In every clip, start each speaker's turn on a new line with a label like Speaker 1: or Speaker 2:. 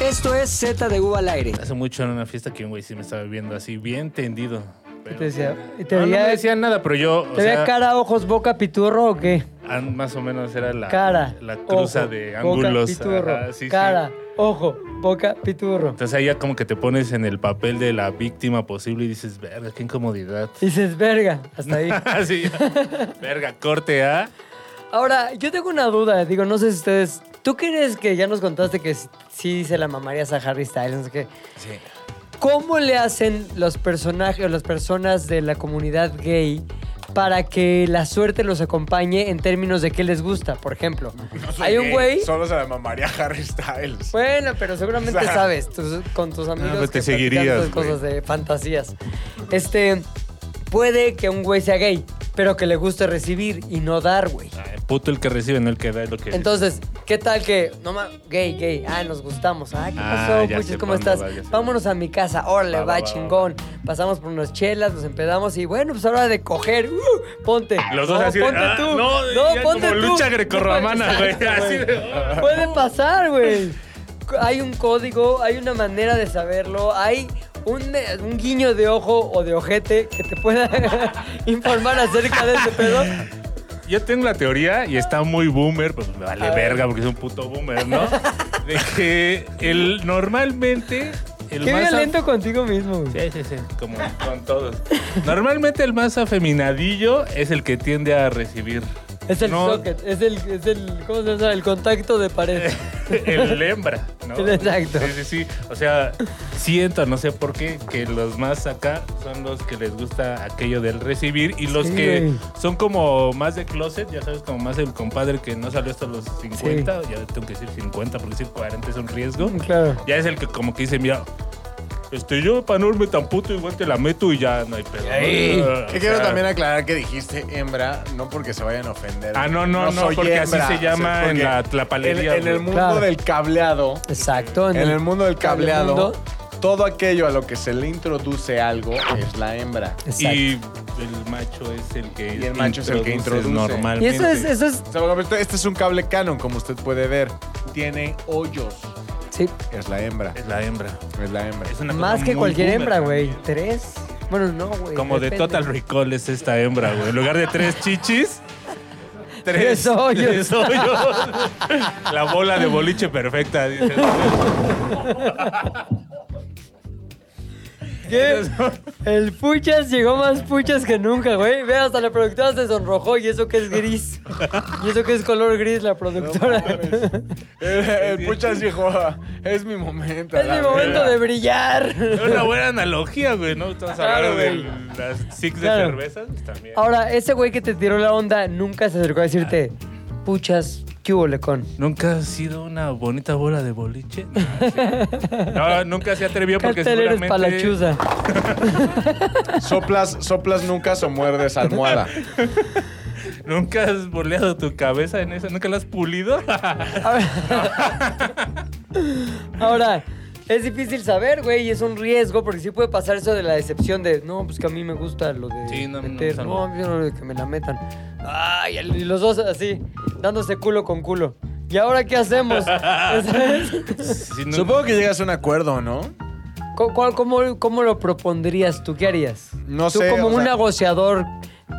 Speaker 1: Esto es Z de U al aire.
Speaker 2: Hace mucho en una fiesta que un güey sí me estaba viendo así, bien tendido.
Speaker 3: Y
Speaker 2: Pero- Ah,
Speaker 3: te decía, y te
Speaker 2: no, no
Speaker 3: veía-
Speaker 2: me decían nada, pero yo, o
Speaker 3: ¿te veía
Speaker 2: sea,
Speaker 3: cara, ojos, boca, piturro o qué?
Speaker 2: ah, más o menos era la,
Speaker 3: Cara.
Speaker 2: la cruza
Speaker 3: ojo,
Speaker 2: de
Speaker 3: boca,
Speaker 2: ángulos.
Speaker 3: piturro,
Speaker 2: Ajá, sí, sí.
Speaker 3: cara, ojo, boca, piturro.
Speaker 2: Entonces ahí ya como que te pones en el papel de la víctima posible y dices, verga, qué incomodidad.
Speaker 3: Dices, verga, hasta ahí.
Speaker 2: Así, verga, corte ¿ah?". A.
Speaker 3: Ahora, yo tengo una duda, digo, no sé si ustedes. ¿Tú crees que ya nos contaste que s- sí se la mamarías a Harry Styles? no sé qué?
Speaker 2: Sí.
Speaker 3: ¿Cómo le hacen los personajes o las personas de la comunidad gay para que la suerte los acompañe en términos de qué les gusta? Por ejemplo,
Speaker 4: No soy
Speaker 3: hay un
Speaker 4: gay,
Speaker 3: güey.
Speaker 4: Solo se la mamaría a Harry Styles.
Speaker 3: Bueno, pero seguramente
Speaker 4: O sea.
Speaker 3: sabes tus- con tus amigos
Speaker 2: Ah, pues te
Speaker 3: que platican
Speaker 2: seguirías,
Speaker 3: esas cosas de fantasías. Este puede que un güey sea gay, pero que le guste recibir y no dar, güey.
Speaker 2: Ay, puto el que recibe, no el que da, es lo que...
Speaker 3: Entonces, ¿qué tal que no ma- gay, gay? Ah, nos gustamos. Ah, ¿qué
Speaker 2: Ah,
Speaker 3: pasó,
Speaker 2: ya
Speaker 3: puches?
Speaker 2: sé
Speaker 3: ¿Cómo
Speaker 2: cuándo
Speaker 3: estás?
Speaker 2: va, ya sé
Speaker 3: Vámonos a mi casa. Órale,
Speaker 2: Va,
Speaker 3: va,
Speaker 2: va, va,
Speaker 3: chingón. Pasamos por unas chelas, nos empedamos y bueno, pues ahora de coger. ¡uh! ponte.
Speaker 2: Los dos
Speaker 3: No,
Speaker 2: así de,
Speaker 3: ponte
Speaker 2: "Ah,
Speaker 3: tú.
Speaker 2: no, ya como lucha grecorromana, güey, así de, "Ah".
Speaker 3: Puede pasar, güey. Hay un código, hay una manera de saberlo, hay un, un guiño de ojo o de ojete que te pueda informar acerca de ese pedo.
Speaker 2: Yo tengo la teoría y está muy boomer, pues me vale verga porque es un puto boomer, ¿no? De que el normalmente el
Speaker 3: Qué
Speaker 2: más af-
Speaker 3: violento contigo mismo, güey.
Speaker 2: Sí, sí, sí, como con todos. Normalmente el más afeminadillo es el que tiende a recibir.
Speaker 3: Es el
Speaker 2: No,
Speaker 3: socket, es el, es el, ¿cómo se llama? El contacto de pared.
Speaker 2: El hembra, ¿no?
Speaker 3: El exacto.
Speaker 2: Sí, sí, sí. O sea, siento, no sé por qué, que los más acá son los que les gusta aquello del recibir y los
Speaker 3: Sí,
Speaker 2: que
Speaker 3: güey.
Speaker 2: son como más de closet, ya sabes, como más el compadre que no salió hasta los 50, ya tengo que decir 50 porque decir 40 es un riesgo.
Speaker 3: claro.
Speaker 2: Ya es el que como que dice, mira, este, yo para no irme tan puto igual te la meto y ya no hay pedo.
Speaker 4: Ey,
Speaker 2: ¿no?
Speaker 4: que
Speaker 2: O
Speaker 4: quiero
Speaker 2: sea,
Speaker 4: también aclarar que dijiste hembra, no porque se vayan a ofender.
Speaker 2: Ah, no, no, no,
Speaker 4: soy
Speaker 2: porque así
Speaker 4: hembra,
Speaker 2: se llama
Speaker 4: porque
Speaker 2: en la tlapalería,
Speaker 4: En, en el
Speaker 2: güey.
Speaker 4: mundo
Speaker 3: Claro.
Speaker 4: del cableado,
Speaker 3: Exacto.
Speaker 4: en el mundo del cableado,
Speaker 3: mundo.
Speaker 4: todo aquello a lo que se le introduce algo es la hembra.
Speaker 3: Exacto.
Speaker 2: Y
Speaker 3: Y,
Speaker 2: el macho es el que
Speaker 4: Y el macho es el que
Speaker 2: introduces
Speaker 4: introduce.
Speaker 2: normalmente.
Speaker 3: eso es, eso es,
Speaker 4: O sea, por ejemplo, Este es un cable canon, como usted puede ver. Tiene hoyos.
Speaker 3: sí,
Speaker 4: Es la hembra.
Speaker 2: Es la hembra.
Speaker 4: Es la hembra.
Speaker 2: Es una cosa
Speaker 3: más que
Speaker 2: muy
Speaker 3: cualquier
Speaker 2: boomer
Speaker 3: hembra,
Speaker 2: también.
Speaker 3: güey. Tres. Bueno, no, güey.
Speaker 2: Como de
Speaker 3: depende.
Speaker 2: Total Recall es esta hembra, güey. En lugar de tres chichis,
Speaker 3: Tres hoyos.
Speaker 2: tres hoyos. La bola de boliche perfecta. dice.
Speaker 3: ¿Qué? El puchas llegó más puchas que nunca, güey. Ve, hasta la productora se sonrojó y eso que es gris. Y eso que es color gris la productora.
Speaker 4: El, el Eh, puchas dijo, "Ah, es mi momento.
Speaker 3: es
Speaker 4: la
Speaker 3: mi momento
Speaker 4: verga".
Speaker 3: de brillar.
Speaker 2: Es una buena analogía, güey, ¿no? Estamos hablando
Speaker 3: Claro,
Speaker 2: de
Speaker 3: güey.
Speaker 2: las six de
Speaker 3: Claro.
Speaker 2: cervezas pues, también.
Speaker 3: Ahora, ese güey que te tiró la onda nunca se acercó a decirte, puchas, ¿qué hubo, lecón?
Speaker 2: ¿Nunca has sido una bonita bola de boliche? No, sí. No, nunca se atrevió porque
Speaker 3: Cartel eres
Speaker 2: seguramente...
Speaker 3: palachuza.
Speaker 4: Soplas, soplas nunca o muerdes almohada.
Speaker 2: ¿Nunca has boleado tu cabeza en eso? ¿Nunca la has pulido?
Speaker 3: Ahora, es difícil saber, güey, y es un riesgo porque sí puede pasar eso de la decepción de, no, pues que a mí me gusta lo de
Speaker 2: Sí, no, a mí no me
Speaker 3: meter,
Speaker 2: gusta,
Speaker 3: no,
Speaker 2: no.
Speaker 3: yo no, de que me la metan. Ay, y los dos así, dándose culo con culo. ¿Y ahora qué hacemos?
Speaker 2: Sí, no-
Speaker 4: Supongo que llegas a un acuerdo, ¿no?
Speaker 3: ¿Cu- cuál- cómo, cómo lo propondrías tú? ¿Qué harías?
Speaker 4: No
Speaker 3: ¿Tú
Speaker 4: sé,
Speaker 3: como
Speaker 4: o
Speaker 3: un
Speaker 4: sea-
Speaker 3: negociador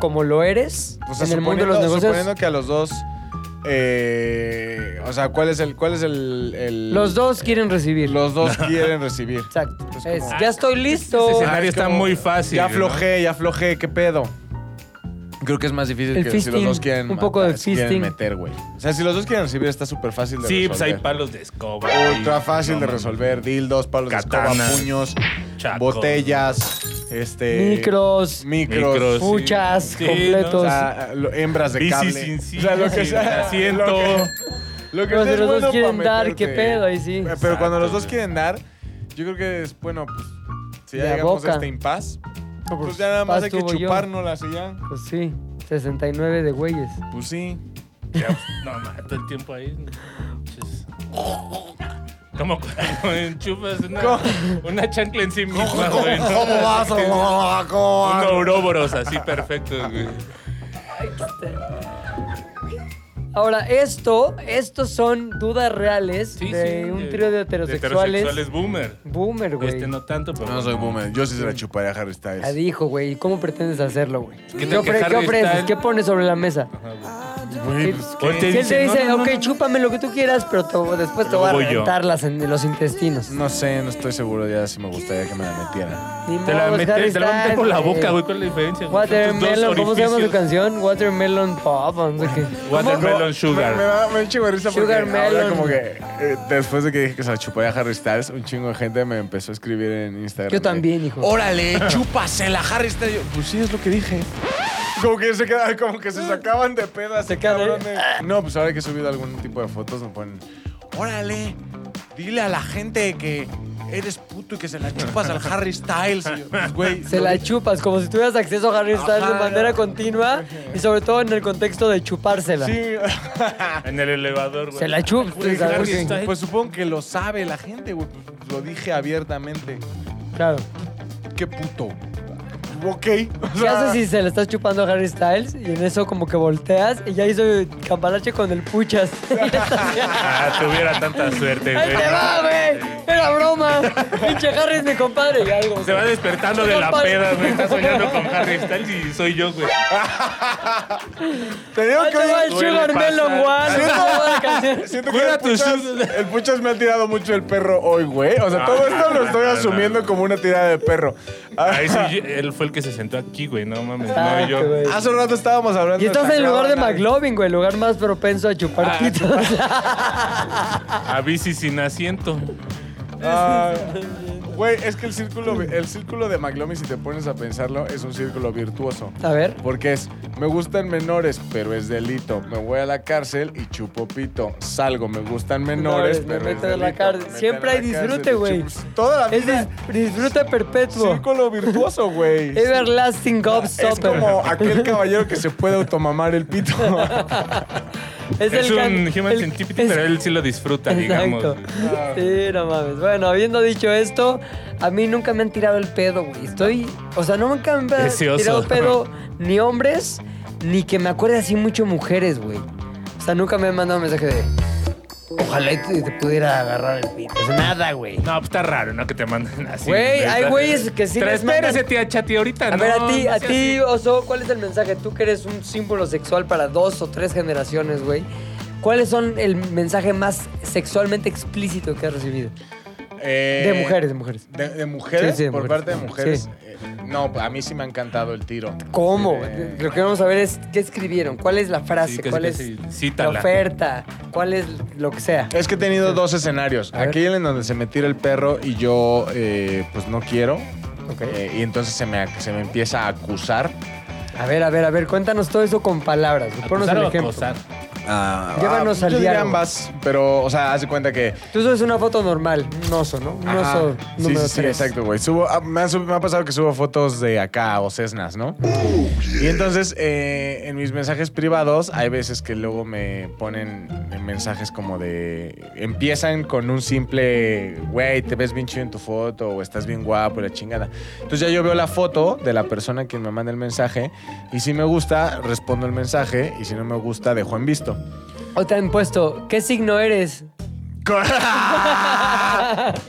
Speaker 3: como lo eres
Speaker 4: O sea,
Speaker 3: en el mundo de
Speaker 4: suponiendo-
Speaker 3: los negocios?
Speaker 4: Suponiendo que a los dos. eh, o sea, ¿cuál es el. Cuál es el, el-
Speaker 3: Los dos quieren recibir.
Speaker 4: Los dos quieren recibir.
Speaker 3: Exacto.
Speaker 4: Es
Speaker 3: Es,
Speaker 4: pues como-
Speaker 3: ya estoy
Speaker 2: ese
Speaker 3: listo.
Speaker 4: Ah,
Speaker 2: Este escenario
Speaker 4: es
Speaker 2: está
Speaker 4: como,
Speaker 2: muy fácil.
Speaker 4: Ya
Speaker 2: ¿no?
Speaker 4: aflojé, ya aflojé, ¿qué pedo? Creo que es más difícil
Speaker 3: El
Speaker 4: que si
Speaker 3: fisting,
Speaker 4: los dos quieren.
Speaker 3: un poco de
Speaker 4: si quieren
Speaker 3: fisting.
Speaker 4: meter, güey. O sea, si los dos quieren recibir, está súper fácil de
Speaker 2: Sí, pues
Speaker 4: resolver.
Speaker 2: hay palos de escoba.
Speaker 4: Ultra
Speaker 2: y-
Speaker 4: fácil
Speaker 2: no,
Speaker 4: de
Speaker 2: mames.
Speaker 4: resolver. Dildos, palos de
Speaker 2: Katanas.
Speaker 4: escoba, puños,
Speaker 2: Chacos.
Speaker 4: botellas,
Speaker 2: Eh,
Speaker 4: este.
Speaker 3: Micros,
Speaker 4: Micros.
Speaker 2: Micros.
Speaker 4: o
Speaker 3: puchas,
Speaker 2: Sí,
Speaker 3: completos.
Speaker 4: O sea, lo- hembras de
Speaker 2: Bici
Speaker 4: cable.
Speaker 2: sin sí,
Speaker 4: o sea, lo que sea.
Speaker 2: asiento.
Speaker 4: lo que- Lo que
Speaker 3: Pero
Speaker 4: sea
Speaker 3: si
Speaker 4: es
Speaker 3: los dos
Speaker 4: bueno
Speaker 3: quieren
Speaker 4: pa'
Speaker 3: dar,
Speaker 4: meterte.
Speaker 3: ¿qué pedo? Ahí sí.
Speaker 4: Pero cuando los
Speaker 2: Exacto,
Speaker 4: dos
Speaker 2: güey.
Speaker 4: quieren dar, yo creo que es bueno, pues, si ya
Speaker 3: De a
Speaker 4: llegamos
Speaker 3: boca.
Speaker 4: a este impas,
Speaker 3: No,
Speaker 4: pues ya nada más
Speaker 3: paz
Speaker 4: hay que
Speaker 3: tuvo yo.
Speaker 4: chupárnoslas y ya.
Speaker 3: Pues sí, 69 de güeyes.
Speaker 4: Pues sí.
Speaker 2: Ya, pues, No, mames, todo el tiempo ahí. Chis. Como cuando enchufas una,
Speaker 4: ¿Cómo?
Speaker 2: una chancla en sí misma, güey. ¿no?
Speaker 4: vas? ¿Cómo
Speaker 2: Un
Speaker 4: vas?
Speaker 2: ouroboros así perfecto, güey.
Speaker 3: Ahora, esto, estos son dudas reales
Speaker 2: Sí,
Speaker 3: de
Speaker 2: sí,
Speaker 3: un trío de
Speaker 2: De
Speaker 3: heterosexuales.
Speaker 2: heterosexuales boomer.
Speaker 3: Boomer, güey.
Speaker 2: Este no tanto, pero.
Speaker 4: No soy boomer. Yo sí se la chuparía a Harry Styles.
Speaker 3: Ya dijo, güey. ¿y ¿Cómo pretendes hacerlo, güey? ¿Qué,
Speaker 2: tal que
Speaker 3: ofre-
Speaker 2: Harry
Speaker 3: qué ofreces?
Speaker 2: Styles-
Speaker 3: ¿Qué pones sobre la mesa?
Speaker 4: Güey, pues,
Speaker 3: Si
Speaker 4: ¿qué?
Speaker 2: Hoy te
Speaker 3: él te
Speaker 2: dice,
Speaker 3: dice,
Speaker 2: no, no,
Speaker 3: ok,
Speaker 2: no, no".
Speaker 3: chúpame lo que tú quieras, pero te- después te
Speaker 2: Luego
Speaker 3: voy a
Speaker 2: voy yo.
Speaker 3: reventar las en los intestinos.
Speaker 4: No sé, no estoy seguro ya si me gustaría que me la metiera.
Speaker 3: Ni
Speaker 2: Te la
Speaker 3: modos, Harry
Speaker 2: metes, te la van a meter por la
Speaker 3: Styles,
Speaker 2: boca, güey. ¿Cuál es la diferencia? güey? Son tus dos
Speaker 3: Watermelon, ¿cómo se llama su
Speaker 2: orificios.
Speaker 3: canción? Watermelon Pop, no sé qué.
Speaker 2: Watermelon
Speaker 4: Me, me
Speaker 2: Sugar.
Speaker 4: da me da un chingo de risa porque
Speaker 3: Sugar
Speaker 4: ahora
Speaker 3: Melon.
Speaker 4: como que eh, después de que dije que se la chuparía a Harry Styles, un chingo de gente me empezó a escribir en Instagram.
Speaker 3: Yo
Speaker 4: de,
Speaker 3: también, hijo.
Speaker 4: Órale, chúpasela, Harry Styles. Yo, Pues sí, es lo que dije. Como que se queda- como que se sacaban de pedas, se
Speaker 3: quedan ahí.
Speaker 4: cabrones. No, pues ahora que he subido algún tipo de fotos me ponen, órale, dile a la gente que eres puto y que se la chupas al Harry Styles. Y yo, pues, güey,
Speaker 3: Se
Speaker 4: lo
Speaker 3: la
Speaker 4: dije.
Speaker 3: chupas, como si tuvieras acceso a Harry Styles de
Speaker 4: Ajá.
Speaker 3: manera continua y sobre todo en el contexto de chupársela.
Speaker 4: Sí.
Speaker 2: En el elevador, güey.
Speaker 3: Se la chupas.
Speaker 2: Güey,
Speaker 3: ¿sabes?
Speaker 2: Harry
Speaker 3: Sí,
Speaker 2: Styles.
Speaker 4: pues supongo que lo sabe la gente, güey. Pues, Lo dije abiertamente.
Speaker 3: Claro.
Speaker 4: Qué puto. Ok. O
Speaker 3: ¿Qué
Speaker 4: sea,
Speaker 3: haces si se la estás chupando a Harry Styles y en eso como que volteas y ya hizo cambalache con el puchas?
Speaker 2: Ah, tuviera tanta suerte,
Speaker 3: ¡Ahí
Speaker 2: güey.
Speaker 3: te va, güey! ¡Era broma! ¡Pinche Harry es mi compadre! Y algo.
Speaker 2: Se va despertando de la
Speaker 3: Compadre.
Speaker 2: peda, güey. Está soñando con Harry Styles y soy yo, güey.
Speaker 4: Te digo
Speaker 3: Ahí
Speaker 4: que
Speaker 3: te va el
Speaker 4: hoy,
Speaker 2: Duele
Speaker 3: Sugar
Speaker 2: pasar.
Speaker 3: Melon One.
Speaker 4: Siento-
Speaker 3: Esa buena canción.
Speaker 4: Siento que
Speaker 2: Cuida
Speaker 4: el
Speaker 2: tu
Speaker 4: puchas,
Speaker 2: sus-
Speaker 4: el puchas me ha tirado mucho el perro hoy, güey. O sea,
Speaker 2: No,
Speaker 4: todo
Speaker 2: no,
Speaker 4: esto
Speaker 2: Ah, no,
Speaker 4: lo
Speaker 2: no,
Speaker 4: estoy
Speaker 2: no,
Speaker 4: asumiendo
Speaker 2: no.
Speaker 4: como una tirada de perro. Ah,
Speaker 2: Ahí sí, yo- él fue el que se sentó aquí, güey. No mames,
Speaker 3: Ah,
Speaker 2: no yo.
Speaker 3: qué güey.
Speaker 4: Hace un rato estábamos hablando.
Speaker 3: Y estás en el
Speaker 4: Sacaba
Speaker 3: lugar de
Speaker 4: una-
Speaker 3: McLovin, güey, el lugar más propenso a
Speaker 2: Ah,
Speaker 3: chupar pitos.
Speaker 2: A bici sin asiento.
Speaker 4: Ah, Güey, es que el círculo, el círculo de McLovin, si te pones a pensarlo, es un círculo virtuoso.
Speaker 3: A ver.
Speaker 4: Porque es, me gustan menores, pero es delito. Me voy a la cárcel y chupo pito. Salgo, me gustan
Speaker 3: Menores,
Speaker 4: menores,
Speaker 3: me
Speaker 4: pero es
Speaker 3: meto a
Speaker 4: delito.
Speaker 3: la cárcel.
Speaker 4: Me meten
Speaker 3: Siempre
Speaker 4: a la
Speaker 3: hay disfrute,
Speaker 4: cárcel y
Speaker 3: güey.
Speaker 4: chupo- Toda la
Speaker 3: Es
Speaker 4: vida.
Speaker 3: dis- disfrute perpetuo.
Speaker 4: Círculo virtuoso, güey.
Speaker 3: Everlasting
Speaker 2: Ah,
Speaker 4: Es
Speaker 3: Gobstopper.
Speaker 4: como aquel caballero que se puede automamar el pito.
Speaker 2: Es
Speaker 3: can-
Speaker 2: un human
Speaker 3: el-
Speaker 2: centipede,
Speaker 3: es-
Speaker 2: pero él sí lo disfruta,
Speaker 3: Exacto.
Speaker 2: digamos.
Speaker 3: Sí, no mames. Bueno, habiendo dicho esto, a mí nunca me han tirado el pedo, güey. Estoy. O sea, no nunca me han
Speaker 2: Deseoso.
Speaker 3: tirado pedo ni hombres, ni que me acuerde así mucho mujeres, güey. O sea, nunca me han mandado un mensaje de. Ojalá y te, te pudiera agarrar el pito. O sea, nada, güey.
Speaker 2: No, pues está raro, ¿no? Que te manden así.
Speaker 3: Güey, hay güeyes que sí
Speaker 2: Pero
Speaker 3: les mandan-
Speaker 2: espérese, tía Chati, ahorita
Speaker 3: A ver,
Speaker 2: no,
Speaker 3: a ti,
Speaker 2: no
Speaker 3: a
Speaker 2: sea
Speaker 3: ti,
Speaker 2: así.
Speaker 3: Oso, ¿cuál es el mensaje? Tú que eres un símbolo sexual para dos o tres generaciones, güey. ¿Cuáles son el mensaje más sexualmente explícito que has recibido?
Speaker 4: Eh,
Speaker 3: De mujeres, de mujeres.
Speaker 4: ¿De, de mujeres?
Speaker 3: Sí, sí, de
Speaker 4: Por
Speaker 3: mujeres.
Speaker 4: parte de mujeres.
Speaker 3: Sí.
Speaker 4: eh, no, a mí sí me ha encantado el tiro.
Speaker 3: ¿Cómo?
Speaker 4: Eh,
Speaker 3: Lo que vamos a ver es qué escribieron, cuál es la frase,
Speaker 2: Sí, casi,
Speaker 3: cuál
Speaker 2: casi,
Speaker 3: es
Speaker 2: cítala.
Speaker 3: la oferta, cuál es lo que sea.
Speaker 4: Es que he tenido dos escenarios.
Speaker 3: A ver.
Speaker 4: Aquel en donde se me tira el perro y yo, eh, pues no quiero.
Speaker 3: Ok.
Speaker 4: Eh, y entonces se me, se me empieza a acusar.
Speaker 3: A ver, a ver, a ver, cuéntanos todo eso con palabras. Ponnos
Speaker 2: Acusar
Speaker 3: el
Speaker 2: o
Speaker 3: ejemplo.
Speaker 2: acosar.
Speaker 4: Ah,
Speaker 3: Llévanos al
Speaker 4: yo diría
Speaker 3: diálogo.
Speaker 4: ambas, pero, o sea, hace cuenta que.
Speaker 3: Tú subes una foto normal, un oso, ¿no? Un
Speaker 4: Ajá.
Speaker 3: oso
Speaker 4: sí,
Speaker 3: número
Speaker 4: sí, sí,
Speaker 3: tres.
Speaker 4: exacto, güey. Subo, ah, me, han sub- me ha pasado que subo fotos de acá o Cessnas, ¿no? Y entonces, eh, en mis mensajes privados, hay veces que luego me ponen mensajes como de. Empiezan con un simple, güey, te ves bien chido en tu foto o estás bien guapo, y la chingada. Entonces ya yo veo la foto de la persona a quien me manda el mensaje y si me gusta, respondo el mensaje y si no me gusta, dejo en visto.
Speaker 3: O te han puesto, ¿qué signo eres?